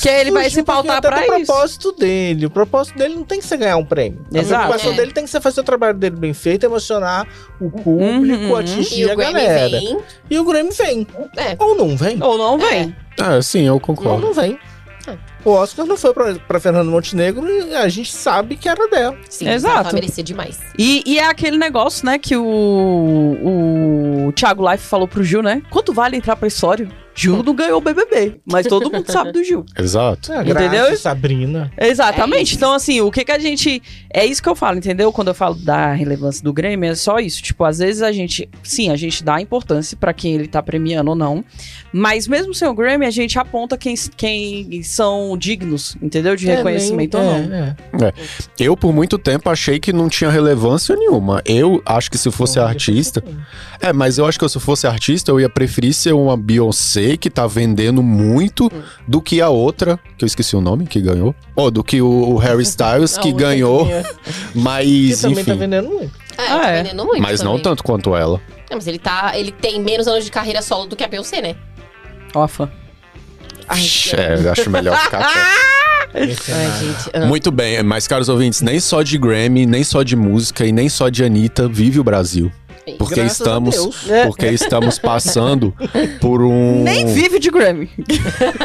Speaker 3: Que ele vai
Speaker 5: Fugiu
Speaker 3: se pautar
Speaker 5: porque até
Speaker 3: pra
Speaker 5: do
Speaker 3: isso.
Speaker 5: propósito dele. O propósito dele não tem que ser ganhar um prêmio.
Speaker 3: Exato.
Speaker 5: A preocupação
Speaker 4: É.
Speaker 5: dele tem que ser fazer o trabalho dele bem feito, emocionar o público,
Speaker 3: Uhum.
Speaker 5: atingir
Speaker 4: E
Speaker 5: a
Speaker 4: o Grammy
Speaker 5: galera.
Speaker 4: vem.
Speaker 5: E o Grammy vem.
Speaker 4: É.
Speaker 5: Ou não vem.
Speaker 3: Ou não vem.
Speaker 2: Ah, sim, eu
Speaker 5: Ou
Speaker 2: concordo.
Speaker 5: não vem. O Oscar não foi pra, pra Fernando Montenegro e a gente sabe que era dela.
Speaker 4: Sim,
Speaker 3: Exato.
Speaker 4: Ela merecia demais.
Speaker 3: E, e é aquele negócio, né, que o, o Thiago Life falou pro Gil, né? Quanto vale entrar pra história? Gil não ganhou o BBB, mas todo mundo sabe do Gil.
Speaker 2: Exato.
Speaker 5: A
Speaker 3: Entendeu?
Speaker 5: Graça, Sabrina.
Speaker 3: Exatamente.
Speaker 4: É
Speaker 3: então, assim, o que que a gente. É isso que eu falo, entendeu? Quando eu falo da relevância do Grêmio, é só isso. Tipo, às vezes a gente. Sim, a gente dá importância pra quem ele tá premiando ou não. Mas mesmo sem o Grêmio, a gente aponta quem, quem são dignos, entendeu? De reconhecimento
Speaker 5: é,
Speaker 3: ou não.
Speaker 5: é.
Speaker 2: Eu, por muito tempo, achei que não tinha relevância nenhuma. Eu acho que se eu fosse
Speaker 5: Olha,
Speaker 2: é artista.
Speaker 5: tá bom.
Speaker 2: É, mas eu acho que eu, se eu fosse artista, eu ia preferir ser uma Beyoncé que tá vendendo muito
Speaker 5: Hum.
Speaker 2: do que a outra, que eu esqueci o nome, que ganhou. Ou do que o, o Harry Styles,
Speaker 4: A
Speaker 2: que
Speaker 4: outra que
Speaker 2: ganhou,
Speaker 5: ganhou.
Speaker 2: mas
Speaker 5: Que também tá
Speaker 2: enfim.
Speaker 5: vendendo muito.
Speaker 4: É,
Speaker 3: Ah,
Speaker 4: tá
Speaker 3: é.
Speaker 4: vendendo muito
Speaker 2: Mas não
Speaker 4: também.
Speaker 2: tanto quanto ela.
Speaker 4: É, mas ele tá. Ele tem menos anos de carreira solo do que a Beyoncé, né?
Speaker 3: Ó, a fã.
Speaker 2: É, eu acho melhor ficar quieto.
Speaker 5: Esse
Speaker 4: Ai,
Speaker 5: é
Speaker 4: gente. ah.
Speaker 2: Muito bem, é, mas caros ouvintes, nem só de Grammy, nem só de música e nem só de Anitta vive o Brasil. Porque
Speaker 5: Graças a
Speaker 2: estamos.
Speaker 5: Deus.
Speaker 2: Porque estamos passando por um.
Speaker 3: Nem vive de Grammy.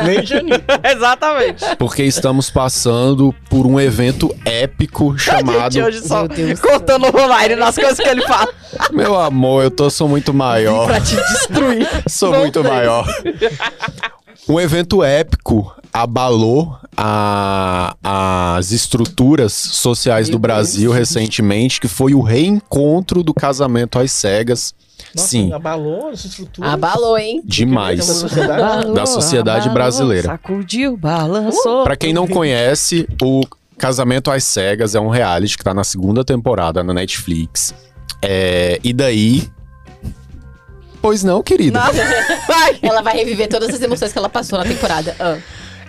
Speaker 5: Nem de Anitta.
Speaker 3: Exatamente.
Speaker 2: Porque estamos passando por um evento épico chamado.
Speaker 3: Gente, hoje só
Speaker 4: Meu Deus.
Speaker 3: contando o online nas coisas que ele fala.
Speaker 2: Meu amor, eu tô, sou muito maior.
Speaker 3: Pra te destruir.
Speaker 2: Sou
Speaker 3: Voltei.
Speaker 2: muito maior. Um evento épico abalou a- as estruturas sociais do Brasil recentemente, que foi o reencontro do casamento às cegas.
Speaker 5: Nossa,
Speaker 2: Sim,
Speaker 5: Abalou essa estrutura.
Speaker 4: Hum. Abalou, hein?
Speaker 5: Da
Speaker 2: demais.
Speaker 5: sociedade.
Speaker 2: Da sociedade brasileira.
Speaker 3: Sacudiu, balançou.
Speaker 2: Pra quem não conhece, o Casamento às Cegas é um reality que tá na segunda temporada na Netflix. É, e daí? Pois não, querida.
Speaker 3: Nada. Vai.
Speaker 4: Ela vai reviver todas as emoções que ela passou na temporada. Ah.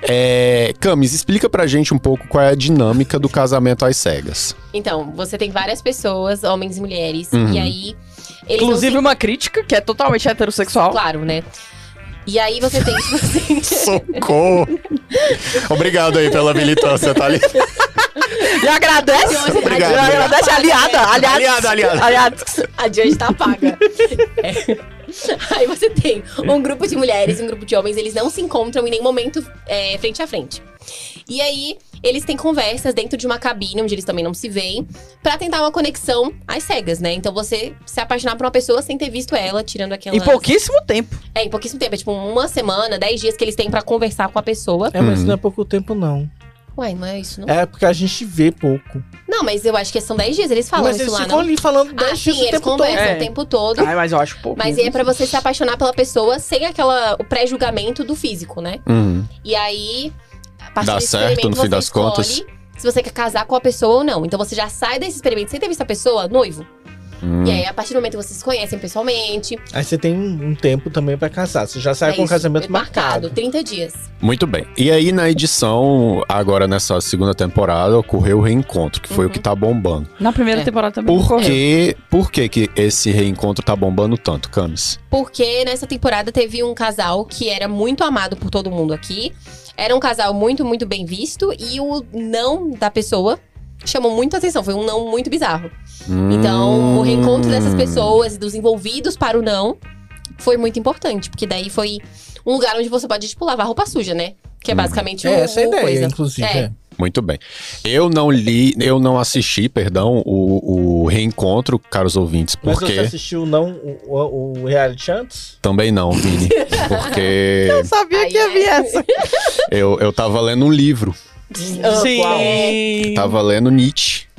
Speaker 2: É, Camis, explica pra gente um pouco qual é a dinâmica do Casamento às Cegas.
Speaker 4: Então, você tem várias pessoas, homens e mulheres,
Speaker 2: Uhum.
Speaker 4: e aí. Eles não
Speaker 3: Inclusive uma crítica que é totalmente
Speaker 4: se...
Speaker 3: heterossexual.
Speaker 4: Claro, né? E aí você tem, tipo assim.
Speaker 2: Socorro! Obrigado aí pela militância, tá ali.
Speaker 3: E agradece.
Speaker 4: Então, assim,
Speaker 2: Obrigado.
Speaker 3: E agradece a aliada. Aliados.
Speaker 2: Aliada, aliada.
Speaker 3: Aliados.
Speaker 4: A Judge tá paga. É. Aí você tem um grupo de mulheres e um grupo de homens, eles não se encontram em nenhum momento é, frente a frente. E aí, eles têm conversas dentro de uma cabine, onde eles também não se veem, pra tentar uma conexão às cegas, né? Então você se apaixonar por uma pessoa sem ter visto ela, tirando aquela.
Speaker 3: Em pouquíssimo tempo.
Speaker 4: É, em pouquíssimo tempo. É tipo uma semana, dez dias que eles têm pra conversar com a pessoa.
Speaker 5: É, mas
Speaker 2: Uhum.
Speaker 5: não é pouco tempo, não.
Speaker 4: Ué, não é isso, não?
Speaker 5: É porque a gente vê pouco.
Speaker 4: Não, mas eu acho que são dez dias. Eles falam
Speaker 5: mas
Speaker 4: isso
Speaker 5: eles
Speaker 4: lá,
Speaker 5: ficam
Speaker 4: não?
Speaker 5: ali falando
Speaker 4: Ah,
Speaker 5: 10
Speaker 4: sim,
Speaker 5: dias o
Speaker 4: eles
Speaker 5: tempo
Speaker 4: conversam
Speaker 5: todo.
Speaker 3: todo. É.
Speaker 4: o tempo todo.
Speaker 3: Ai, mas eu acho pouco.
Speaker 4: Mas aí é pra você se apaixonar pela pessoa sem aquela o pré-julgamento do físico, né?
Speaker 2: Hum,
Speaker 4: E aí, a partir
Speaker 2: Dá
Speaker 4: desse
Speaker 2: certo,
Speaker 4: experimento,
Speaker 2: no fim
Speaker 4: você
Speaker 2: das
Speaker 4: escolhe
Speaker 2: contas?
Speaker 4: Se você quer casar com a pessoa ou não. Então você já sai desse experimento sem ter visto a pessoa, noivo.
Speaker 2: hum.
Speaker 4: E aí, a partir do momento que vocês se conhecem pessoalmente,
Speaker 5: Aí você tem um um tempo também pra casar. Você já sai
Speaker 4: é
Speaker 5: Tá com o
Speaker 4: isso,
Speaker 5: casamento
Speaker 4: é
Speaker 5: marcado.
Speaker 4: 30 dias.
Speaker 2: Muito bem. E aí, na edição, agora nessa segunda temporada, ocorreu o reencontro, que foi o que tá bombando.
Speaker 3: Na primeira
Speaker 4: É.
Speaker 3: temporada também.
Speaker 2: Por
Speaker 3: ocorreu.
Speaker 2: que, por que que esse reencontro tá bombando tanto, Camis?
Speaker 4: Porque nessa temporada teve um casal que era muito amado por todo mundo aqui. Era um casal muito, muito bem visto. E o não da pessoa chamou muita atenção. Foi um não muito bizarro. Então, o reencontro
Speaker 2: Hum.
Speaker 4: dessas pessoas, dos envolvidos para o não, foi muito importante. Porque daí foi um lugar onde você pode, tipo, lavar roupa suja, né? Que
Speaker 2: Uhum.
Speaker 4: é basicamente
Speaker 5: É
Speaker 4: o-
Speaker 5: essa a
Speaker 4: o
Speaker 5: ideia,
Speaker 4: coisa.
Speaker 5: inclusive.
Speaker 4: É.
Speaker 5: é.
Speaker 2: Hum. Muito bem. Eu não li, eu não assisti, perdão, o, o reencontro, caros ouvintes,
Speaker 5: Mas você
Speaker 2: porque
Speaker 5: assistiu não o, o- o reality antes?
Speaker 2: também não, Vini. Porque
Speaker 3: Eu sabia
Speaker 4: Aí
Speaker 3: que ia vir
Speaker 4: é.
Speaker 3: essa.
Speaker 2: eu, eu tava lendo um livro,
Speaker 4: Ah, qual?
Speaker 3: Sim.
Speaker 2: tava lendo Nietzsche.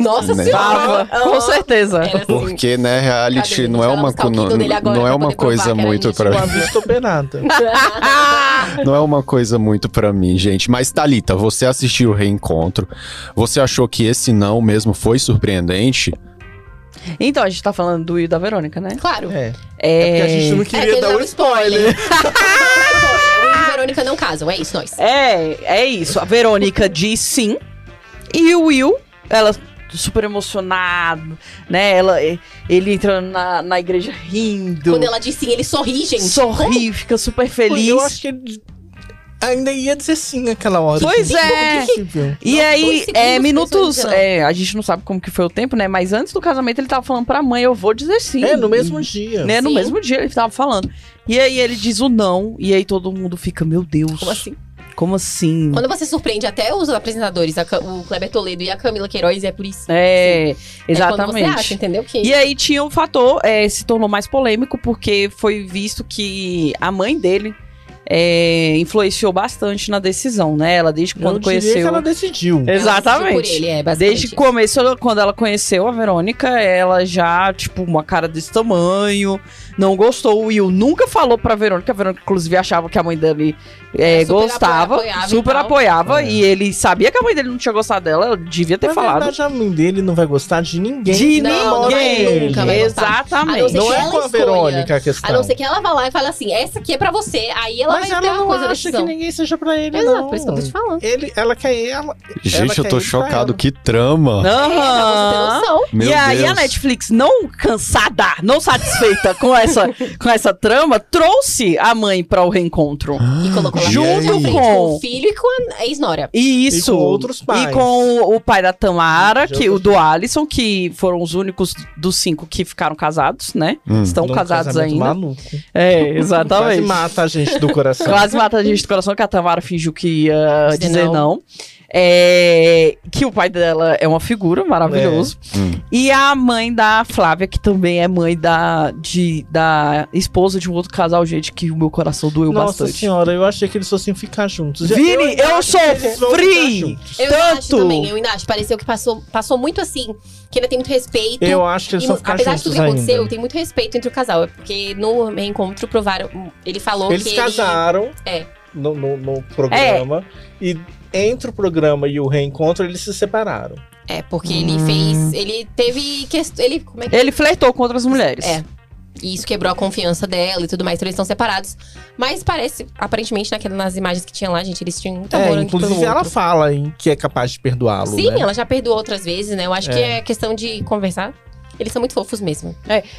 Speaker 4: Nossa
Speaker 2: Né?
Speaker 4: senhora!
Speaker 3: Tava. Com certeza.
Speaker 4: Era assim,
Speaker 2: Porque, né, reality
Speaker 4: Cadê? Tá
Speaker 2: não é
Speaker 4: Vamos
Speaker 2: uma,
Speaker 4: buscar o
Speaker 2: co-
Speaker 4: Kindle
Speaker 2: não,
Speaker 4: dele agora
Speaker 2: não é
Speaker 4: pra
Speaker 2: uma
Speaker 4: poder provar
Speaker 2: coisa
Speaker 4: que era
Speaker 2: muito
Speaker 4: Nietzsche.
Speaker 2: pra
Speaker 5: Uma vista operada.
Speaker 3: Ah!
Speaker 2: Não é uma coisa muito pra mim, gente. Mas, Thalita, você assistiu o reencontro. Você achou que esse não mesmo foi surpreendente?
Speaker 3: Então, a gente tá falando do Will e da Verônica, né?
Speaker 4: Claro.
Speaker 5: É.
Speaker 3: É.
Speaker 5: Porque a gente não
Speaker 4: É,
Speaker 5: queria
Speaker 4: que
Speaker 5: dar
Speaker 4: não
Speaker 5: um spoiler.
Speaker 4: Spoiler. O Will e a Verônica não casam, é isso, nós.
Speaker 3: É, é isso. A Verônica diz sim. E o Will, ela super emocionado, né? Ela, ele entra na, na igreja rindo.
Speaker 4: Quando ela diz sim, ele sorri, gente.
Speaker 3: sorri, fica super
Speaker 5: Eu
Speaker 3: feliz.
Speaker 5: acho que ele ainda ia dizer sim naquela hora. assim.
Speaker 3: Pois é.
Speaker 5: Impossível.
Speaker 3: E
Speaker 4: Nossa, dois
Speaker 3: aí,
Speaker 4: segundos
Speaker 3: é,
Speaker 4: pensando
Speaker 3: minutos.
Speaker 4: nisso, né?
Speaker 3: É, a gente não sabe como que foi o tempo, né? Mas antes do casamento, ele tava falando pra mãe: Eu vou dizer sim.
Speaker 5: É, no mesmo dia.
Speaker 3: Né? No
Speaker 4: Sim.
Speaker 3: mesmo dia ele tava falando. E aí ele diz o não, e aí todo mundo fica, meu Deus.
Speaker 4: Como assim?
Speaker 3: Como assim?
Speaker 4: Quando você surpreende até os apresentadores, a Ca- o Kleber Toledo e a Camila Queiroz, é por isso.
Speaker 3: É,
Speaker 4: É quando você acha,
Speaker 3: exatamente.
Speaker 4: entendeu? Que...
Speaker 3: E aí tinha um fator, é, se tornou mais polêmico, porque foi visto que a mãe dele é, influenciou bastante na decisão, né? Ela desde
Speaker 5: Eu
Speaker 3: quando
Speaker 5: diria que
Speaker 3: conheceu.
Speaker 5: ela decidiu.
Speaker 4: Ela decidiu
Speaker 3: Exatamente.
Speaker 4: Por ele, é, basicamente.
Speaker 3: Desde o começo, ela- quando ela conheceu a Verônica, ela já, tipo, uma cara desse tamanho, não gostou. O Will nunca falou pra Verônica. A Verônica, inclusive, achava que a mãe dele é,
Speaker 4: Super
Speaker 3: gostava,
Speaker 4: apoia- apoiava e
Speaker 3: super
Speaker 4: tal.
Speaker 3: apoiava.
Speaker 5: É.
Speaker 3: E ele sabia que a mãe dele não tinha gostado dela, ela devia ter
Speaker 5: Na
Speaker 3: falado.
Speaker 5: verdade, a mãe dele não vai gostar de ninguém.
Speaker 3: De
Speaker 4: Não,
Speaker 3: ninguém.
Speaker 4: vai, nunca vai gostar. A não
Speaker 3: Exatamente.
Speaker 4: ser
Speaker 5: Não
Speaker 4: que
Speaker 5: é
Speaker 4: ela
Speaker 5: com a
Speaker 4: escolha.
Speaker 5: Verônica a questão.
Speaker 4: A não ser que ela vá lá e fale assim, essa aqui é pra você. Aí ela
Speaker 5: Mas
Speaker 4: vai ter
Speaker 5: ela
Speaker 4: uma
Speaker 5: não
Speaker 4: coisa da
Speaker 5: acha que
Speaker 4: decisão.
Speaker 5: ninguém seja pra ele,
Speaker 4: Exato,
Speaker 5: não.
Speaker 4: por isso que eu tô te falando.
Speaker 5: Ele, ela quer ela.
Speaker 2: Gente, eu
Speaker 5: quer
Speaker 2: tô
Speaker 5: ir pra
Speaker 2: chocado.
Speaker 5: ela.
Speaker 2: Que trama.
Speaker 4: É, pra
Speaker 3: Aham.
Speaker 4: você ter noção.
Speaker 2: Meu
Speaker 3: e aí
Speaker 2: Deus.
Speaker 3: a Netflix, não cansada, não satisfeita com essa, com essa trama, trouxe a mãe para o reencontro.
Speaker 4: E colocou lá
Speaker 2: Junto
Speaker 4: na frente
Speaker 3: com-
Speaker 4: tipo, o filho e com a ex-nora.
Speaker 3: E isso.
Speaker 5: E com outros pais.
Speaker 3: E com o pai da Tamara,
Speaker 5: De
Speaker 3: que, o
Speaker 5: outros
Speaker 3: do Alisson, que foram os únicos dos cinco que ficaram casados, né?
Speaker 2: Hum.
Speaker 3: Estão
Speaker 5: Num
Speaker 3: casados
Speaker 5: um casamento
Speaker 3: ainda.
Speaker 5: Maluco.
Speaker 3: É,
Speaker 5: Quase
Speaker 3: exatamente.
Speaker 5: mata a gente do coração.
Speaker 3: Quase mata a gente do coração, que a Tamara fingiu que ia
Speaker 4: Dizer
Speaker 3: dizer
Speaker 4: não.
Speaker 3: não. É, que o pai dela é uma figura maravilhoso.
Speaker 5: É.
Speaker 2: Hum.
Speaker 3: E a mãe da Flávia, que também é mãe da, de, da esposa de um outro casal, gente, que o meu coração doeu
Speaker 5: Nossa
Speaker 3: bastante.
Speaker 5: senhora, eu achei que eles fossem ficar juntos.
Speaker 3: Vini, eu,
Speaker 5: acho que eles vão ficar
Speaker 3: sofri!
Speaker 5: juntos.
Speaker 4: Eu ainda acho
Speaker 3: Tanto!
Speaker 4: também, eu ainda acho. Pareceu que passou, passou muito assim, que ainda tem muito respeito.
Speaker 5: Eu acho que eles
Speaker 4: E,
Speaker 5: vão ficar
Speaker 4: apesar de
Speaker 5: juntos
Speaker 4: tudo que
Speaker 5: ainda.
Speaker 4: aconteceu, tem muito respeito entre o casal. é Porque no reencontro provaram. Ele falou
Speaker 5: Eles
Speaker 4: que.
Speaker 5: casaram
Speaker 4: um É.
Speaker 5: no, no- no programa. E entre o programa e o reencontro, eles se separaram.
Speaker 4: Ele, é, porque ele fez. Ele teve. quest- Ele. Como é que.
Speaker 3: Ele flertou com outras mulheres.
Speaker 4: É. E isso quebrou a confiança dela e tudo mais. Então eles estão separados. Mas parece, aparentemente, naquela, nas imagens que tinha lá, gente, eles tinham muito
Speaker 5: É,
Speaker 4: amor um pelo
Speaker 5: inclusive, ela
Speaker 4: outro.
Speaker 5: fala em que é capaz de perdoá-lo.
Speaker 4: Sim,
Speaker 5: né?
Speaker 4: ela já perdoou outras vezes, né? Eu acho que é questão de conversar. Eles são muito fofos mesmo.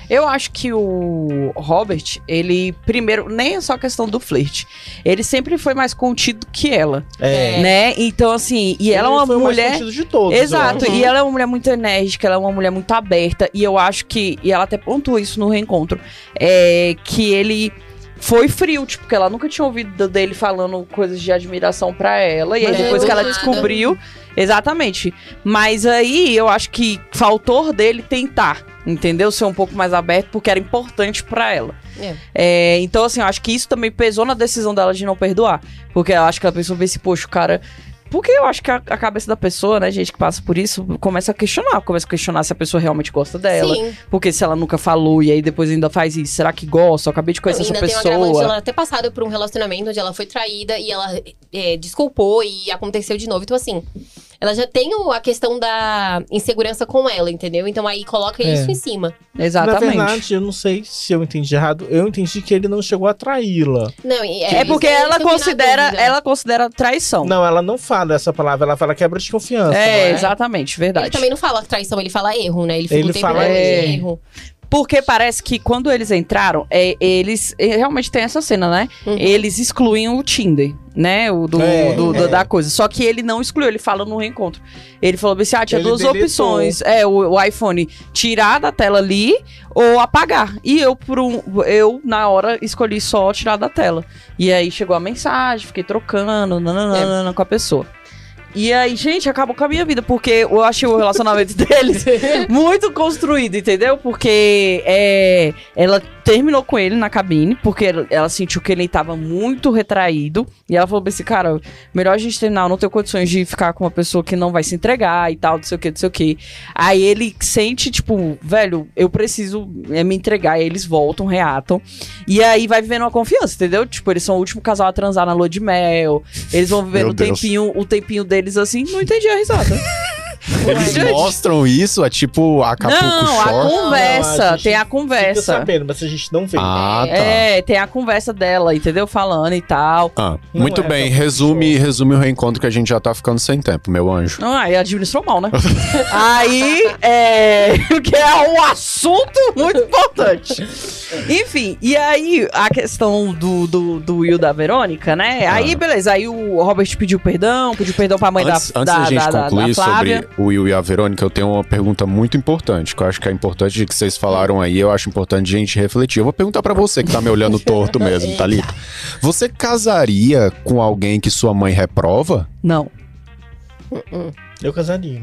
Speaker 3: Eu acho que o Robert, ele primeiro, nem é só questão do flerte. Ele sempre foi mais contido que ela,
Speaker 5: É.
Speaker 3: né? Então assim, e ela é uma
Speaker 5: Ele foi o mais
Speaker 3: mulher
Speaker 5: sentido de todos, eu
Speaker 3: Exato,
Speaker 5: acho. né?
Speaker 3: e ela é uma mulher muito enérgica, ela é uma mulher muito aberta, e eu acho que, e ela até pontuou isso no reencontro, é que ele foi frio, tipo, porque ela nunca tinha ouvido dele falando coisas de admiração pra ela, e aí
Speaker 4: Mas
Speaker 3: depois
Speaker 4: é
Speaker 3: que ela
Speaker 4: nada.
Speaker 3: descobriu, exatamente. Mas aí eu acho que faltou dele tentar, entendeu? Ser um pouco mais aberto, porque era importante pra ela.
Speaker 4: É.
Speaker 3: É, então, assim, eu acho que isso também pesou na decisão dela de não perdoar, porque eu acho que ela pensou, vê se, poxa, o cara porque eu acho que a, a cabeça da pessoa, né, gente, que passa por isso, começa a questionar. Começa a questionar se a pessoa realmente gosta dela.
Speaker 4: Sim.
Speaker 3: Porque se ela nunca falou e aí depois ainda faz isso, será que gosta? Eu acabei de conhecer
Speaker 4: ainda
Speaker 3: essa
Speaker 4: tem um agravante,
Speaker 3: pessoa.
Speaker 4: ela ter passado por um relacionamento onde ela foi traída e ela é, desculpou e aconteceu de novo. Então, assim, ela já tem o- a questão da insegurança com ela, entendeu? Então aí coloca
Speaker 5: É.
Speaker 4: isso em cima.
Speaker 5: Na
Speaker 3: Exatamente.
Speaker 5: verdade, eu não sei se eu entendi errado. Eu entendi que ele não chegou a traí-la.
Speaker 4: Não, e-
Speaker 3: é,
Speaker 4: isso
Speaker 3: porque
Speaker 4: é isso
Speaker 3: ela
Speaker 4: que eu fiquei na
Speaker 3: considera,
Speaker 4: dúvida.
Speaker 3: ela considera traição.
Speaker 5: Não, ela não fala essa palavra. Ela fala quebra de confiança.
Speaker 3: é,
Speaker 5: não
Speaker 3: exatamente,
Speaker 4: Ele
Speaker 3: verdade.
Speaker 4: também não fala traição, ele fala erro, né? Ele, fica
Speaker 5: Ele
Speaker 4: o tempo
Speaker 5: fala
Speaker 4: todo de
Speaker 3: erro.
Speaker 4: erro.
Speaker 3: Porque parece que quando eles entraram, é, eles é, realmente tem essa cena, né?
Speaker 4: Uhum.
Speaker 3: Eles excluem o Tinder, né? O do,
Speaker 5: É,
Speaker 3: do- do-
Speaker 5: é.
Speaker 3: da coisa. Só que ele não excluiu, ele fala no reencontro. Ele falou assim: ah, tinha
Speaker 5: Ele
Speaker 3: duas
Speaker 5: deletou.
Speaker 3: opções. É, o, o iPhone tirar da tela ali ou apagar. E eu, por um, eu, na hora, escolhi só tirar da tela. E aí chegou a mensagem, fiquei trocando, nananana, com a pessoa. E aí, gente, acabou com a minha vida, porque eu achei o relacionamento deles muito construído, entendeu? Porque é, ela terminou com ele na cabine, porque ela- ela sentiu que ele tava muito retraído. E ela falou pra esse cara, melhor a gente terminar, eu não tenho condições de ficar com uma pessoa que não vai se entregar e tal, não sei o que, não sei o que. Aí ele sente, tipo, velho, eu preciso é, me entregar. Aí eles voltam, reatam. E aí vai vivendo uma confiança, entendeu? Tipo, eles são o último casal a transar na lua de mel. Eles vão vivendo um
Speaker 2: Meu
Speaker 3: o
Speaker 2: Deus.
Speaker 3: tempinho, o tempinho deles assim. Não entendi a risada.
Speaker 2: Eles
Speaker 3: Gente.
Speaker 2: mostram isso, é tipo Acapulco
Speaker 3: não, a
Speaker 2: Shore.
Speaker 3: conversa.
Speaker 5: Não, a gente
Speaker 3: tem a
Speaker 5: Fica
Speaker 3: conversa.
Speaker 5: sabendo, mas a gente não vê.
Speaker 2: Ah, tá.
Speaker 3: É, tem a conversa dela, entendeu? Falando e tal.
Speaker 2: Ah,
Speaker 5: Não
Speaker 2: muito
Speaker 5: é
Speaker 2: bem,
Speaker 5: Acapulco
Speaker 2: resume,
Speaker 5: Shore.
Speaker 2: resume o reencontro que a gente já tá ficando sem tempo, meu anjo.
Speaker 3: Ah, aí administrou mal, né? aí, é. que é um assunto muito importante. Enfim, e aí a questão do, do, do Will da Verônica, né?
Speaker 2: Ah.
Speaker 3: Aí, beleza, aí o Robert pediu perdão, pediu perdão pra mãe
Speaker 2: Antes,
Speaker 3: da,
Speaker 2: antes da,
Speaker 3: da,
Speaker 2: gente
Speaker 3: da, da- da
Speaker 2: concluir
Speaker 3: Flávia.
Speaker 2: sobre o Will e a Verônica, eu tenho uma pergunta muito importante, que eu acho que é importante de que vocês falaram aí, eu acho importante a gente refletir. Eu vou perguntar pra você que tá me olhando torto mesmo, Thalita. Você casaria com alguém que sua mãe reprova?
Speaker 3: Não.
Speaker 5: Eu casaria.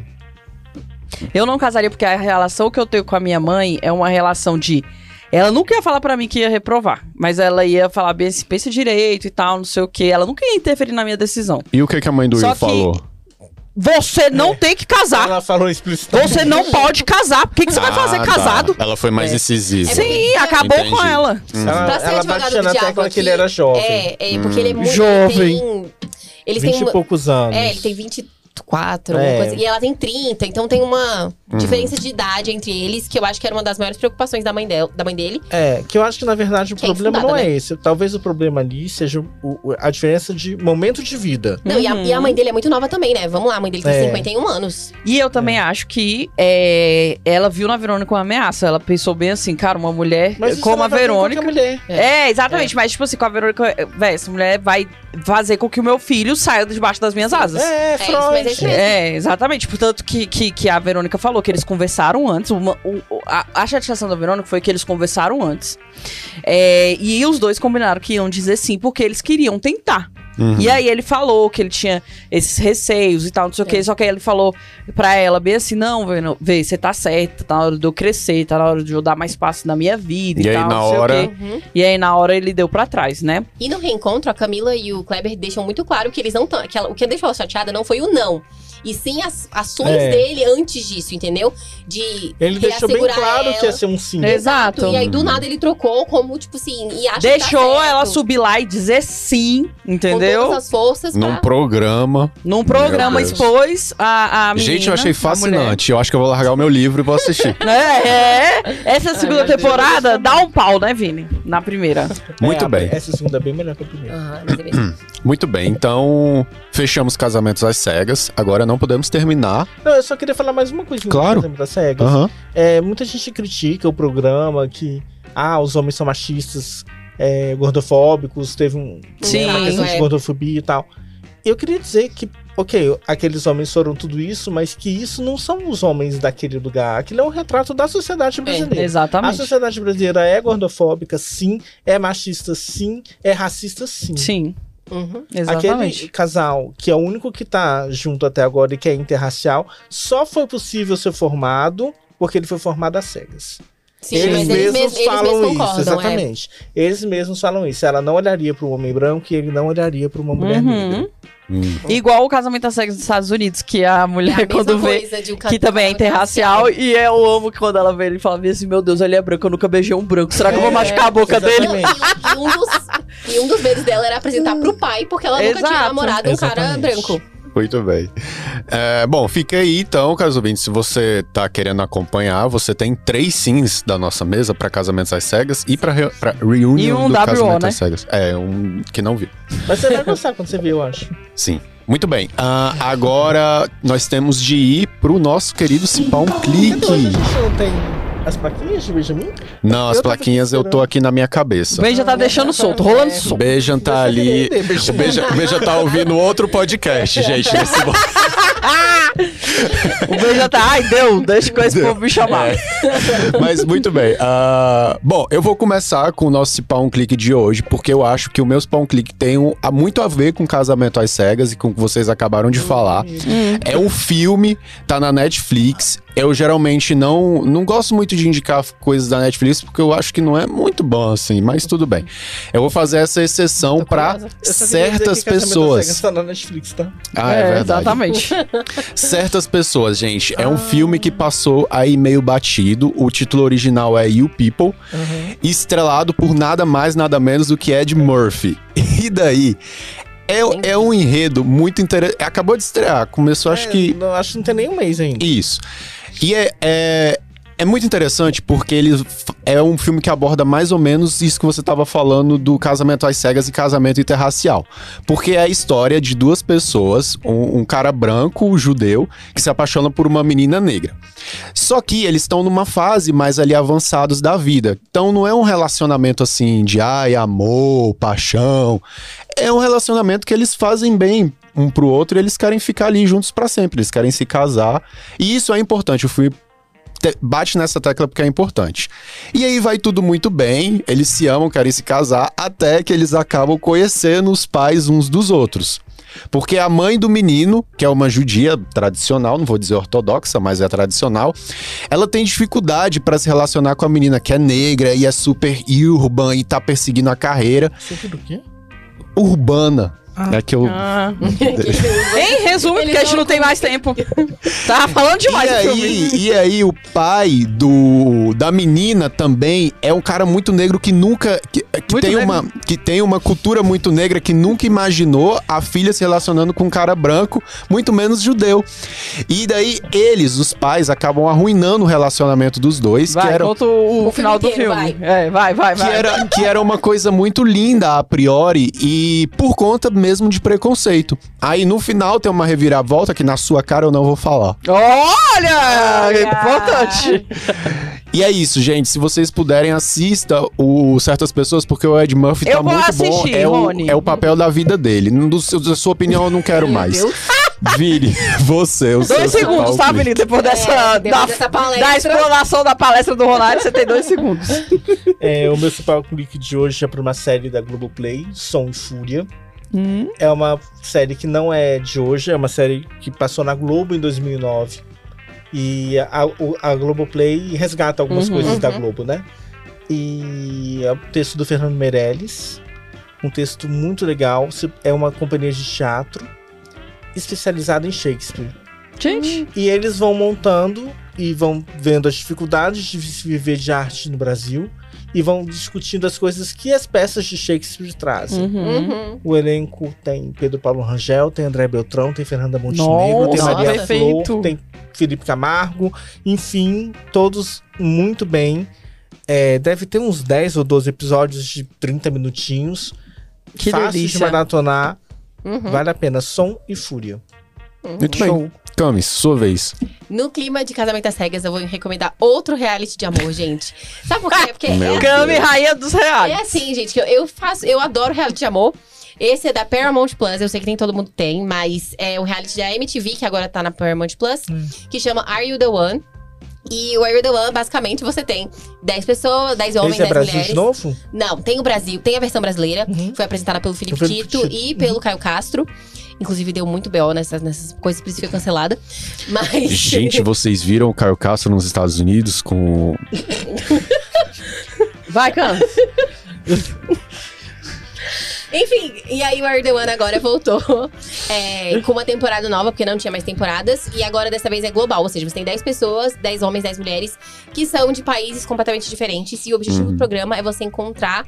Speaker 3: Eu não casaria porque a relação que eu tenho com a minha mãe é uma relação de. Ela nunca ia falar pra mim que ia reprovar, mas ela ia falar bem esse pensa direito e tal, não sei o quê. Ela nunca ia interferir na minha decisão.
Speaker 2: E o que, que a mãe do
Speaker 3: Só
Speaker 2: Will
Speaker 3: que-
Speaker 2: falou?
Speaker 3: Você
Speaker 2: É.
Speaker 3: não tem que casar.
Speaker 5: Ela falou explicitamente.
Speaker 3: Você não pode casar. Por que, que você vai
Speaker 2: Ah,
Speaker 3: fazer
Speaker 2: tá.
Speaker 3: casado?
Speaker 2: Ela foi mais
Speaker 5: É.
Speaker 2: incisiva.
Speaker 4: É porque-
Speaker 3: Sim, acabou
Speaker 2: Entendi.
Speaker 3: com ela.
Speaker 4: Pra
Speaker 5: Ela,
Speaker 4: ser
Speaker 5: ela
Speaker 4: advogado
Speaker 5: batia
Speaker 4: do
Speaker 5: na
Speaker 4: diabo
Speaker 5: tecla
Speaker 4: aqui,
Speaker 5: que ele era jovem.
Speaker 4: É, é porque ele é muito.
Speaker 5: Jovem.
Speaker 4: ele tem- Eles
Speaker 5: Vinte
Speaker 4: têm.
Speaker 5: e
Speaker 4: uma-
Speaker 5: poucos anos.
Speaker 4: É, ele tem 24,
Speaker 5: É. Uhum.
Speaker 4: alguma coisa. E ela tem 30, então tem uma diferença de idade entre eles, que eu acho que era uma das maiores preocupações da mãe, del- da mãe dele.
Speaker 5: É, que eu acho que na verdade o
Speaker 4: Que é
Speaker 5: problema
Speaker 4: infundada,
Speaker 5: não é esse. Talvez o problema ali seja o- o- a diferença de momento de vida.
Speaker 4: Não, e, a,
Speaker 3: Uhum.
Speaker 4: e a mãe dele é muito nova também, né? Vamos lá, a mãe dele tem
Speaker 5: É.
Speaker 4: 51 anos.
Speaker 3: E eu também acho que é, ela viu na Verônica uma ameaça. Ela pensou bem assim, cara, uma mulher
Speaker 5: Mas isso
Speaker 3: como a
Speaker 5: ela vai ver com qualquer
Speaker 3: Verônica.
Speaker 5: mulher.
Speaker 3: É, exatamente. Mas, tipo assim, com a Verônica, eh, véi, essa mulher vai fazer com que o meu filho saia debaixo das minhas asas.
Speaker 5: É,
Speaker 4: isso, mas é isso
Speaker 5: Freud.
Speaker 4: mesmo.
Speaker 3: É, exatamente. Portanto, que, que, que a Verônica falou que eles conversaram antes. Uma- o- o- a, a chateação da Verônica foi que eles conversaram antes. É, e os dois combinaram que iam dizer sim, porque eles queriam tentar.
Speaker 2: Uhum.
Speaker 3: E aí ele falou que ele tinha esses receios e tal, não sei
Speaker 4: É.
Speaker 3: o quê. Só que aí ele falou pra ela bem assim, não, Verônica, vê, você tá certa, tá na hora de eu crescer, tá na hora de eu dar mais passo na minha vida e,
Speaker 2: E aí,
Speaker 3: tal,
Speaker 2: na
Speaker 3: não sei
Speaker 2: hora-
Speaker 3: o quê. E aí na hora ele deu pra trás, né?
Speaker 4: E no reencontro, a Camila e o Kleber deixam muito claro que eles não tão, que ela- o que deixou ela chateada não foi o não. E sim as ações
Speaker 5: É.
Speaker 4: dele antes disso, entendeu? De
Speaker 5: Ele deixou bem
Speaker 4: reassegurar
Speaker 5: claro
Speaker 4: ela.
Speaker 5: que ia ser um sim.
Speaker 2: É.
Speaker 3: Exato.
Speaker 4: E aí, do nada, ele trocou como, tipo assim, e acha que
Speaker 3: Deixou
Speaker 4: tá certo,
Speaker 3: ela subir lá e dizer sim,
Speaker 4: Com
Speaker 3: entendeu?
Speaker 4: todas as forças
Speaker 2: Num
Speaker 4: pra...
Speaker 2: programa.
Speaker 3: Num
Speaker 2: Meu
Speaker 3: programa
Speaker 2: Deus.
Speaker 3: expôs a, a menina,
Speaker 2: Gente, eu achei
Speaker 3: a mulher.
Speaker 2: fascinante. Eu acho que eu vou largar o meu livro e vou assistir.
Speaker 3: É, é. Essa segunda
Speaker 5: meu Deus,
Speaker 3: temporada
Speaker 5: eu
Speaker 3: dá um pau, né, Vini? Na primeira.
Speaker 2: Muito
Speaker 5: É,
Speaker 2: bem.
Speaker 5: Essa segunda é bem melhor que a primeira.
Speaker 4: Aham, mas é mesmo.
Speaker 2: Muito bem, então fechamos casamentos às cegas. Agora não podemos terminar.
Speaker 5: Não, eu só queria falar mais uma coisinha.
Speaker 2: Claro.
Speaker 5: por exemplo, Da cega. É, muita gente critica o programa que ah, os homens são machistas, é, gordofóbicos, teve um,
Speaker 3: Sim,
Speaker 5: uma questão
Speaker 4: é.
Speaker 5: de gordofobia e tal. Eu queria dizer que, ok, aqueles homens foram tudo isso, mas que isso não são os homens daquele lugar. Aquilo é um retrato da sociedade brasileira. a
Speaker 3: Exatamente.
Speaker 5: sociedade brasileira é gordofóbica, sim, é machista, sim, é racista, sim.
Speaker 3: Sim,
Speaker 4: Uhum.
Speaker 3: exatamente.
Speaker 5: Aquele casal que é o único que tá junto até agora e que é interracial, só foi possível ser formado porque ele foi formado às cegas.
Speaker 4: Sim,
Speaker 5: eles,
Speaker 4: mas
Speaker 5: mesmos
Speaker 4: eles, mes- eles
Speaker 5: falam
Speaker 4: mesmos
Speaker 5: isso,
Speaker 4: concordam, é.
Speaker 5: exatamente. Eles mesmos falam isso. Ela não olharia para um homem branco e ele não olharia para uma mulher
Speaker 3: Uhum.
Speaker 5: negra.
Speaker 2: Hum.
Speaker 3: Igual o casamento às cegas dos Estados Unidos, que a mulher,
Speaker 4: É a
Speaker 3: quando
Speaker 4: mesma
Speaker 3: vê,
Speaker 4: coisa de um
Speaker 3: que também é interracial, e eu amo que quando ela vê, ele fala assim, meu Deus, ele é branco, eu nunca beijei um branco, será que eu vou
Speaker 5: É,
Speaker 3: machucar a boca dele?
Speaker 4: Não, e, um- e um dos, e um dos medos dela era apresentar pro pai, porque ela nunca tinha
Speaker 3: Exato.
Speaker 4: namorado um cara
Speaker 5: Exatamente.
Speaker 4: branco.
Speaker 2: Muito bem. É, bom, fica aí então, caros ouvintes. Se você tá querendo acompanhar, você tem três sims da nossa mesa pra casamentos às cegas e pra, re pra reunião
Speaker 3: E um
Speaker 2: do
Speaker 3: WO,
Speaker 2: casamento
Speaker 3: né?
Speaker 2: às cegas. É, um que não vi.
Speaker 5: Mas você vai gostar quando você vê, eu acho.
Speaker 2: Sim. Muito bem. Ah, agora nós temos de ir pro nosso querido Cipão
Speaker 5: Que doido, a
Speaker 2: Clique.
Speaker 5: gente não tem as plaquinhas de Benjamin?
Speaker 2: Não, as
Speaker 5: Eu tava
Speaker 2: plaquinhas eu tô
Speaker 5: esperando.
Speaker 2: aqui na minha cabeça.
Speaker 3: O Ben já tá deixando solto, rolando
Speaker 5: É.
Speaker 3: solto.
Speaker 2: Beijan tá ali.
Speaker 5: Deixa eu entender,
Speaker 2: O Beija, o Beija tá ouvindo outro podcast, gente. nesse momento.
Speaker 3: O Ben já tá, ai, deu, deixa com esse povo me chamar.
Speaker 2: É. Mas muito bem. ah, bom, eu vou começar com o nosso Cipá um clique de hoje, porque eu acho que o meu Cipá um clique tem um- há muito a ver com Casamento às Cegas e com o que vocês acabaram de falar.
Speaker 5: Hum.
Speaker 2: É um filme, tá na Netflix. Eu geralmente não, não gosto muito de indicar coisas da Netflix, porque eu acho que não é muito bom, assim, mas tudo bem. Eu vou fazer essa exceção pra
Speaker 4: curiosa.
Speaker 5: Eu só queria dizer
Speaker 2: certas
Speaker 5: que Casamento às Cegas
Speaker 2: pessoas.
Speaker 5: Tá na Netflix, tá?
Speaker 2: Ah, é, verdade.
Speaker 3: exatamente.
Speaker 2: Certas pessoas, gente. É um filme que passou aí meio batido. O título original é You People, estrelado por nada mais, nada menos do que Ed Murphy. E daí? É, é um enredo muito interessante. Acabou de estrear, começou acho
Speaker 5: É,
Speaker 2: que
Speaker 5: Não, acho que não tem nem um mês ainda.
Speaker 2: Isso. E é, é, é muito interessante porque ele f- é um filme que aborda mais ou menos isso que você estava falando do casamento às cegas e casamento interracial. Porque é a história de duas pessoas, um, um cara branco, judeu, que se apaixona por uma menina negra. Só que eles estão numa fase mais ali avançados da vida. Então não é um relacionamento assim de ai, amor, paixão. É um relacionamento que eles fazem bem um pro outro e eles querem ficar ali juntos pra sempre, eles querem se casar. E isso é importante, o filme te- bate nessa tecla porque é importante. E aí vai tudo muito bem, eles se amam, querem se casar, até que eles acabam conhecendo os pais uns dos outros. Porque a mãe do menino, que é uma judia tradicional, não vou dizer ortodoxa, mas é tradicional, ela tem dificuldade pra se relacionar com a menina que é negra e é super urban e tá perseguindo a carreira
Speaker 5: Sempre do quê?
Speaker 2: urbana.
Speaker 3: Ah.
Speaker 2: É que eu
Speaker 3: Ah.
Speaker 4: Ele
Speaker 3: Em resumo,
Speaker 4: Eles
Speaker 3: porque a gente
Speaker 4: não
Speaker 3: não tem mais tempo. Tava falando demais
Speaker 2: e
Speaker 3: do
Speaker 2: aí,
Speaker 3: filme.
Speaker 2: e aí o pai do da menina também é um cara muito negro que nunca que, que
Speaker 3: Muito
Speaker 2: tem
Speaker 3: negro.
Speaker 2: uma que tem uma cultura muito negra que nunca imaginou a filha se relacionando com um cara branco, muito menos judeu. E daí eles, os pais, acabam arruinando o relacionamento dos dois, que
Speaker 3: Vai,
Speaker 2: era
Speaker 3: conta o,
Speaker 4: O
Speaker 3: final do
Speaker 4: filme
Speaker 3: filme.
Speaker 4: inteiro,
Speaker 3: É, vai, vai,
Speaker 2: que
Speaker 3: vai.
Speaker 2: era, que era uma coisa muito linda a priori e por conta mesmo de preconceito. Aí no final tem uma reviravolta que na sua cara eu não vou falar.
Speaker 3: Olha! É
Speaker 4: Olha!
Speaker 3: Importante.
Speaker 2: E é isso, gente. Se vocês puderem, assista o Certas Pessoas, porque o Ed Murphy
Speaker 3: Eu
Speaker 2: tá
Speaker 3: vou
Speaker 2: muito bom.
Speaker 3: assistir,
Speaker 2: É o,
Speaker 3: Rony.
Speaker 2: é o papel da vida dele. Não do seu- da sua opinião, eu não quero
Speaker 4: Meu
Speaker 2: mais.
Speaker 4: Deus.
Speaker 2: Vire você, o seu
Speaker 3: Dois segundos, tá,
Speaker 2: palco.
Speaker 3: Vinícius? Depois dessa.
Speaker 4: É, depois
Speaker 3: da,
Speaker 4: dessa
Speaker 3: da
Speaker 4: palestra.
Speaker 3: explanação da palestra do Ronaldo, você tem dois segundos.
Speaker 5: É, o meu principal clique de hoje é pra uma série da Globoplay, Som e Fúria.
Speaker 3: Hum.
Speaker 5: É uma série que não é de hoje, é uma série que passou na Globo em 2009. E a, o- a Globoplay resgata algumas
Speaker 3: Uhum.
Speaker 5: coisas da
Speaker 4: Uhum.
Speaker 5: Globo, né? E é o texto do Fernando Meirelles, um texto muito legal. se- É uma companhia de teatro especializada em Shakespeare.
Speaker 4: Hum,
Speaker 3: Gente,
Speaker 5: E eles vão montando e vão vendo as dificuldades de se viver de arte no Brasil e vão discutindo as coisas que as peças de Shakespeare
Speaker 3: Hum.
Speaker 5: trazem.
Speaker 4: Uhum.
Speaker 5: O elenco tem Pedro Paulo Rangel, tem André Beltrão, tem Fernanda Montenegro, tem
Speaker 3: nossa,
Speaker 4: Nossa,
Speaker 5: Maria
Speaker 3: perfeito.
Speaker 5: Flor, tem Felipe Camargo, enfim, todos muito bem. É, deve ter uns 10 ou 12 episódios de 30 minutinhos.
Speaker 3: Que
Speaker 5: Fácil
Speaker 3: delícia.
Speaker 5: de maratonar,
Speaker 4: Uhum.
Speaker 5: vale a pena. Som e fúria.
Speaker 2: Muito bem. Camis, sua vez.
Speaker 4: No clima de casamento às cegas, eu vou recomendar outro reality de amor, gente. Sabe por quê? Porque
Speaker 2: Meu
Speaker 4: é,
Speaker 3: Cami, rainha dos
Speaker 4: é
Speaker 3: reais.
Speaker 4: assim, gente, que eu, eu faço, eu adoro reality de amor. Esse é da Paramount Plus, eu sei que nem todo mundo tem, mas é um reality da MTV, que agora tá na Paramount Plus,
Speaker 5: Hum.
Speaker 4: que chama Are You The One? E o Are You The One, basicamente, você tem 10 pessoas, 10 homens,
Speaker 5: Esse é
Speaker 4: 10
Speaker 5: Brasil
Speaker 4: mulheres.
Speaker 5: de novo?
Speaker 4: Não, tem o Brasil, tem a versão brasileira.
Speaker 5: Uhum.
Speaker 4: Foi apresentada pelo Felipe
Speaker 5: Pelo Felipe
Speaker 4: Tito
Speaker 5: Tito. Uhum.
Speaker 4: e pelo Caio Castro. Inclusive, deu muito B.O. nessas, nessas coisas, por isso que foi cancelada. Mas.
Speaker 2: Gente, vocês viram o Caio Castro nos Estados Unidos com.
Speaker 3: Vai, Cami.
Speaker 4: Enfim, e aí o Are The One agora voltou é, com uma temporada nova, porque não tinha mais temporadas. E agora dessa vez é global, ou seja, você tem 10 pessoas, 10 homens, 10 mulheres, que são de países completamente diferentes. E o objetivo
Speaker 2: Uhum.
Speaker 4: do programa é você encontrar,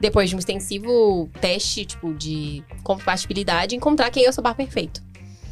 Speaker 4: depois de um extensivo teste, tipo, de compatibilidade, encontrar quem é o seu par perfeito.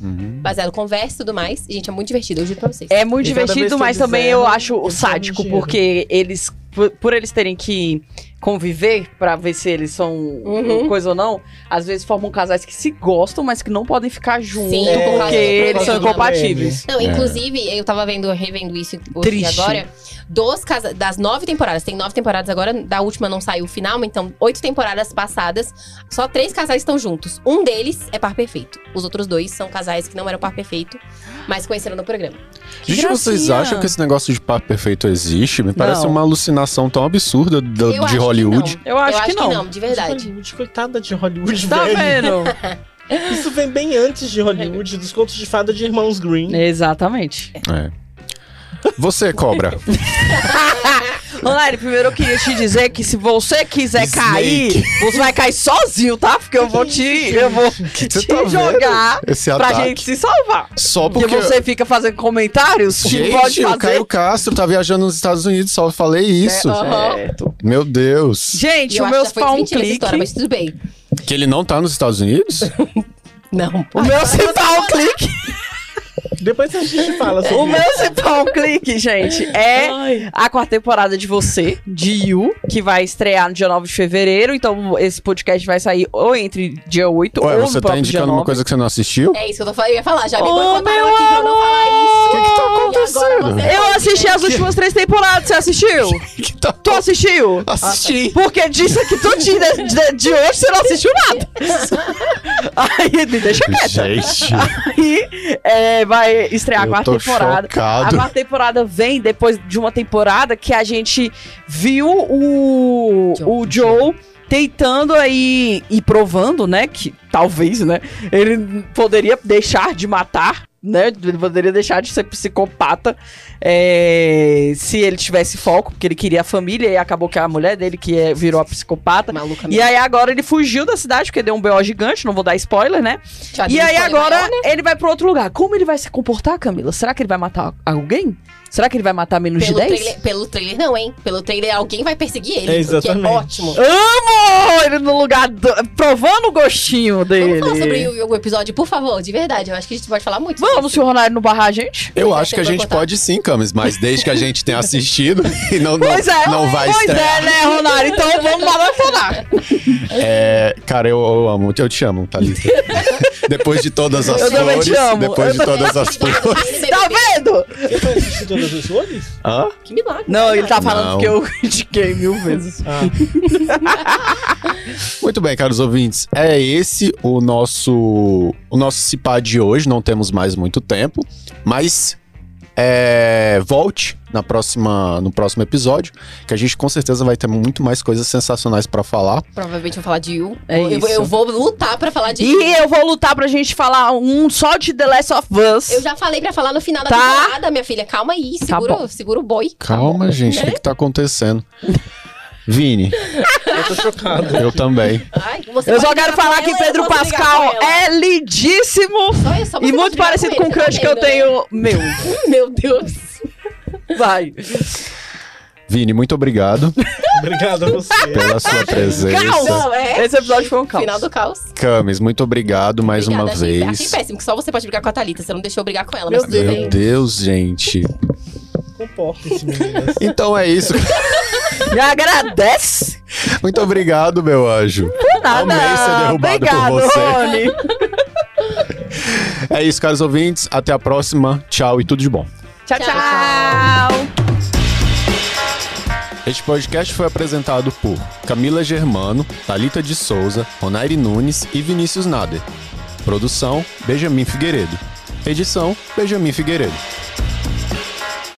Speaker 2: Uhum.
Speaker 4: Baseado em conversa e tudo mais. E, gente, é muito divertido, eu juro pra vocês.
Speaker 3: É muito
Speaker 5: E cada vez
Speaker 3: divertido,
Speaker 5: que
Speaker 3: mas
Speaker 5: eles
Speaker 3: também
Speaker 5: erram,
Speaker 3: eu
Speaker 5: eles
Speaker 3: acho
Speaker 5: dão
Speaker 3: sádico,
Speaker 5: dinheiro.
Speaker 3: porque eles, por, por eles terem que conviver pra ver se eles são
Speaker 4: Uhum.
Speaker 3: coisa ou não, às vezes formam casais que se gostam, mas que não podem ficar juntos
Speaker 4: Sim,
Speaker 5: por causa
Speaker 3: porque
Speaker 5: do
Speaker 3: eles
Speaker 5: problema
Speaker 3: são
Speaker 5: do
Speaker 3: incompatíveis.
Speaker 4: Não,
Speaker 2: É.
Speaker 4: inclusive, eu tava vendo, revendo isso hoje
Speaker 3: Triste.
Speaker 4: e agora. Dos casa- das nove temporadas, tem nove temporadas agora, da última não saiu o final, então oito temporadas passadas, só três casais estão juntos. Um deles é par perfeito. Os outros dois são casais que não eram par perfeito, mas conheceram no programa.
Speaker 3: Que
Speaker 2: Gente, vocês
Speaker 3: gracinha.
Speaker 2: acham que esse negócio de par perfeito existe? Me parece
Speaker 3: Não.
Speaker 2: uma alucinação tão absurda do-
Speaker 4: Eu acho
Speaker 2: de
Speaker 4: que
Speaker 2: Hollywood.
Speaker 4: não.
Speaker 3: Eu
Speaker 4: Eu
Speaker 3: acho, que, não.
Speaker 4: de
Speaker 5: De
Speaker 4: verdade.
Speaker 5: Hollywood, coitada de Hollywood,
Speaker 3: Tá
Speaker 5: velho.
Speaker 3: vendo?
Speaker 5: Isso vem bem antes de Hollywood, dos contos de fada de Irmãos
Speaker 3: É.
Speaker 5: Green.
Speaker 3: Exatamente.
Speaker 2: É. Você, cobra.
Speaker 3: Ronaldo, primeiro eu queria te dizer que se você quiser
Speaker 2: Snake.
Speaker 3: cair, você vai cair sozinho, tá? Porque eu vou te, eu vou te
Speaker 2: Você tá vendo
Speaker 3: jogar
Speaker 2: Esse
Speaker 3: pra
Speaker 2: ataque.
Speaker 3: gente se salvar.
Speaker 2: Só
Speaker 3: Porque
Speaker 2: porque.
Speaker 3: você fica fazendo comentários, que
Speaker 2: Gente,
Speaker 3: pode
Speaker 2: o
Speaker 3: fazer um
Speaker 2: Caio Castro tá viajando nos Estados Unidos, só falei isso.
Speaker 4: É, ó.
Speaker 3: Certo.
Speaker 2: Meu Deus.
Speaker 4: E
Speaker 3: Gente,
Speaker 4: eu
Speaker 3: o
Speaker 4: acho que
Speaker 3: meu
Speaker 4: já foi
Speaker 3: spa um
Speaker 4: desmentida essa
Speaker 3: clique.
Speaker 4: história, mas tudo bem.
Speaker 2: Que ele não tá nos Estados Unidos?
Speaker 4: Não,
Speaker 3: O meu se pá um clique.
Speaker 5: Depois a gente fala sobre
Speaker 3: O
Speaker 5: isso.
Speaker 3: meu se pá um clique, gente. É
Speaker 4: Ai.
Speaker 3: a quarta temporada de Você, de You, que vai estrear no dia 9 de fevereiro. Então esse podcast vai sair ou entre dia 8
Speaker 2: Ué,
Speaker 3: ou no
Speaker 2: você tá
Speaker 3: próprio dia
Speaker 2: indicando
Speaker 3: 9.
Speaker 2: uma coisa que você não assistiu?
Speaker 4: É isso que eu tô falando. Eu ia falar, já me
Speaker 3: Ô,
Speaker 4: boicotaram
Speaker 3: meu
Speaker 4: aqui pra eu não falar isso.
Speaker 2: O que que tá acontecendo?
Speaker 4: você-
Speaker 3: Eu assisti as últimas três temporadas, você assistiu?
Speaker 2: que tá...
Speaker 3: Tu assistiu?
Speaker 2: Assisti.
Speaker 3: Porque disso aqui todinho, de, de, de hoje você não assistiu nada. Aí, me deixa quieto.
Speaker 2: Gente,
Speaker 3: Aí é, vai estrear a
Speaker 2: eu tô
Speaker 3: quarta temporada. A
Speaker 2: chocado.
Speaker 3: quarta temporada vem depois de uma temporada que a gente viu o,
Speaker 4: Joe.
Speaker 3: o Joe tentando aí e provando, né, que talvez, né, ele poderia deixar de matar, né, ele poderia deixar de ser psicopata é, se ele tivesse foco, porque ele queria a família e acabou que a mulher dele que é- virou a psicopata.
Speaker 4: Maluca
Speaker 3: E aí agora ele fugiu da cidade, porque deu um BO gigante, não vou dar spoiler, né?
Speaker 4: Já
Speaker 3: E
Speaker 4: deu
Speaker 3: aí
Speaker 4: spoiler
Speaker 3: agora
Speaker 4: maior, né?
Speaker 3: ele vai pra outro lugar. Como ele vai se comportar, Camila? Será que ele vai matar alguém? Será que ele vai matar menos
Speaker 4: Pelo
Speaker 3: de 10?
Speaker 4: trailer, pelo trailer não, hein? Pelo trailer alguém vai perseguir ele.
Speaker 5: É,
Speaker 4: O que é
Speaker 5: exatamente.
Speaker 4: ótimo.
Speaker 3: Amo! Ele no lugar. do- provando o gostinho
Speaker 4: Vamos
Speaker 3: dele.
Speaker 4: falar sobre o, o episódio, por favor, de verdade. Eu acho que a gente pode falar muito. sobre
Speaker 3: Vamos, se o Ronaldo não barrar a gente?
Speaker 2: Eu
Speaker 4: Você
Speaker 2: acho que a
Speaker 4: tentou
Speaker 2: gente
Speaker 4: botar?
Speaker 2: pode sim, Camis, mas desde que a gente tenha assistido e não, não,
Speaker 3: pois é,
Speaker 2: não vai
Speaker 3: pois
Speaker 2: estrear.
Speaker 3: é, né, Ronaldo? Então vamos maratonar.
Speaker 2: É, cara, eu, eu amo, eu te amo, Thalita. depois de todas as
Speaker 3: Eu também
Speaker 2: flores,
Speaker 3: te amo.
Speaker 2: depois de
Speaker 3: Eu
Speaker 2: todas as
Speaker 4: isso.
Speaker 2: flores.
Speaker 3: Tá vendo?
Speaker 5: Você vai assistir todas as flores?
Speaker 2: Hã?
Speaker 4: Que milagre. né,
Speaker 3: Não, ele tá
Speaker 2: Não.
Speaker 3: falando que eu critiquei mil vezes.
Speaker 5: Ah,
Speaker 2: Muito bem, caros ouvintes. É esse o nosso o nosso Cipá de hoje. Não temos mais muito tempo, mas é, volte na próxima no próximo episódio, que a gente com certeza vai ter muito mais coisas sensacionais pra falar.
Speaker 4: Provavelmente eu vou falar de You.
Speaker 3: tá- É
Speaker 4: eu, vou-
Speaker 3: isso.
Speaker 4: eu vou lutar pra falar de You.
Speaker 3: E eu vou lutar pra gente falar um só de The Last of Us.
Speaker 4: Eu já falei pra falar no final da
Speaker 3: Tá.
Speaker 4: temporada, minha filha. Calma aí,
Speaker 3: Tá
Speaker 4: segura,
Speaker 3: bom.
Speaker 4: segura o boi.
Speaker 2: Calma, gente,
Speaker 4: né?
Speaker 2: o que, que tá acontecendo? Vini,
Speaker 5: eu tô chocado.
Speaker 2: eu também.
Speaker 4: Ai, você
Speaker 3: Eu
Speaker 4: vai
Speaker 3: só
Speaker 4: brigar
Speaker 3: quero
Speaker 4: com
Speaker 3: falar
Speaker 4: ela,
Speaker 3: que
Speaker 4: eu
Speaker 3: Pedro
Speaker 4: não posso brigar
Speaker 3: Pascal
Speaker 4: com ela.
Speaker 3: é lidíssimo
Speaker 4: Só- eu só
Speaker 3: e
Speaker 4: vou
Speaker 3: muito
Speaker 4: brigar
Speaker 3: parecido com o
Speaker 4: ele, você
Speaker 3: crush
Speaker 4: tá
Speaker 3: que eu
Speaker 4: vendo, né?
Speaker 3: tenho. Meu,
Speaker 4: Meu Deus.
Speaker 3: vai.
Speaker 2: Vini, muito obrigado
Speaker 5: Obrigado a você.
Speaker 2: pela sua
Speaker 3: Caos!
Speaker 2: presença.
Speaker 4: Não, é.
Speaker 3: Esse episódio foi um caos.
Speaker 4: Final do caos.
Speaker 2: Camis, muito obrigado mais
Speaker 4: Obrigada,
Speaker 2: uma
Speaker 4: gente. Achei
Speaker 2: vez.
Speaker 4: péssimo, que só você pode brigar com a Thalita. Você não deixou eu brigar com ela.
Speaker 5: Meu
Speaker 4: mas tudo
Speaker 5: Deus.
Speaker 4: bem.
Speaker 2: Meu Deus, gente.
Speaker 5: Comportem-se, meninas.
Speaker 2: Então é isso.
Speaker 3: Me agradece.
Speaker 2: Muito obrigado, meu anjo.
Speaker 3: Por nada.
Speaker 2: Amei ser derrubado por
Speaker 3: Obrigado,
Speaker 2: você.
Speaker 3: Rony.
Speaker 2: É isso, caros ouvintes. Até a próxima. Tchau e tudo de bom.
Speaker 3: Tchau,
Speaker 4: Tchau,
Speaker 3: tchau.
Speaker 2: Este podcast foi apresentado por Camila Germano, Talita de Souza, Ronaire Nunes e Vinícius Nader. Produção: Benjamin Figueiredo. Edição: Benjamin Figueiredo.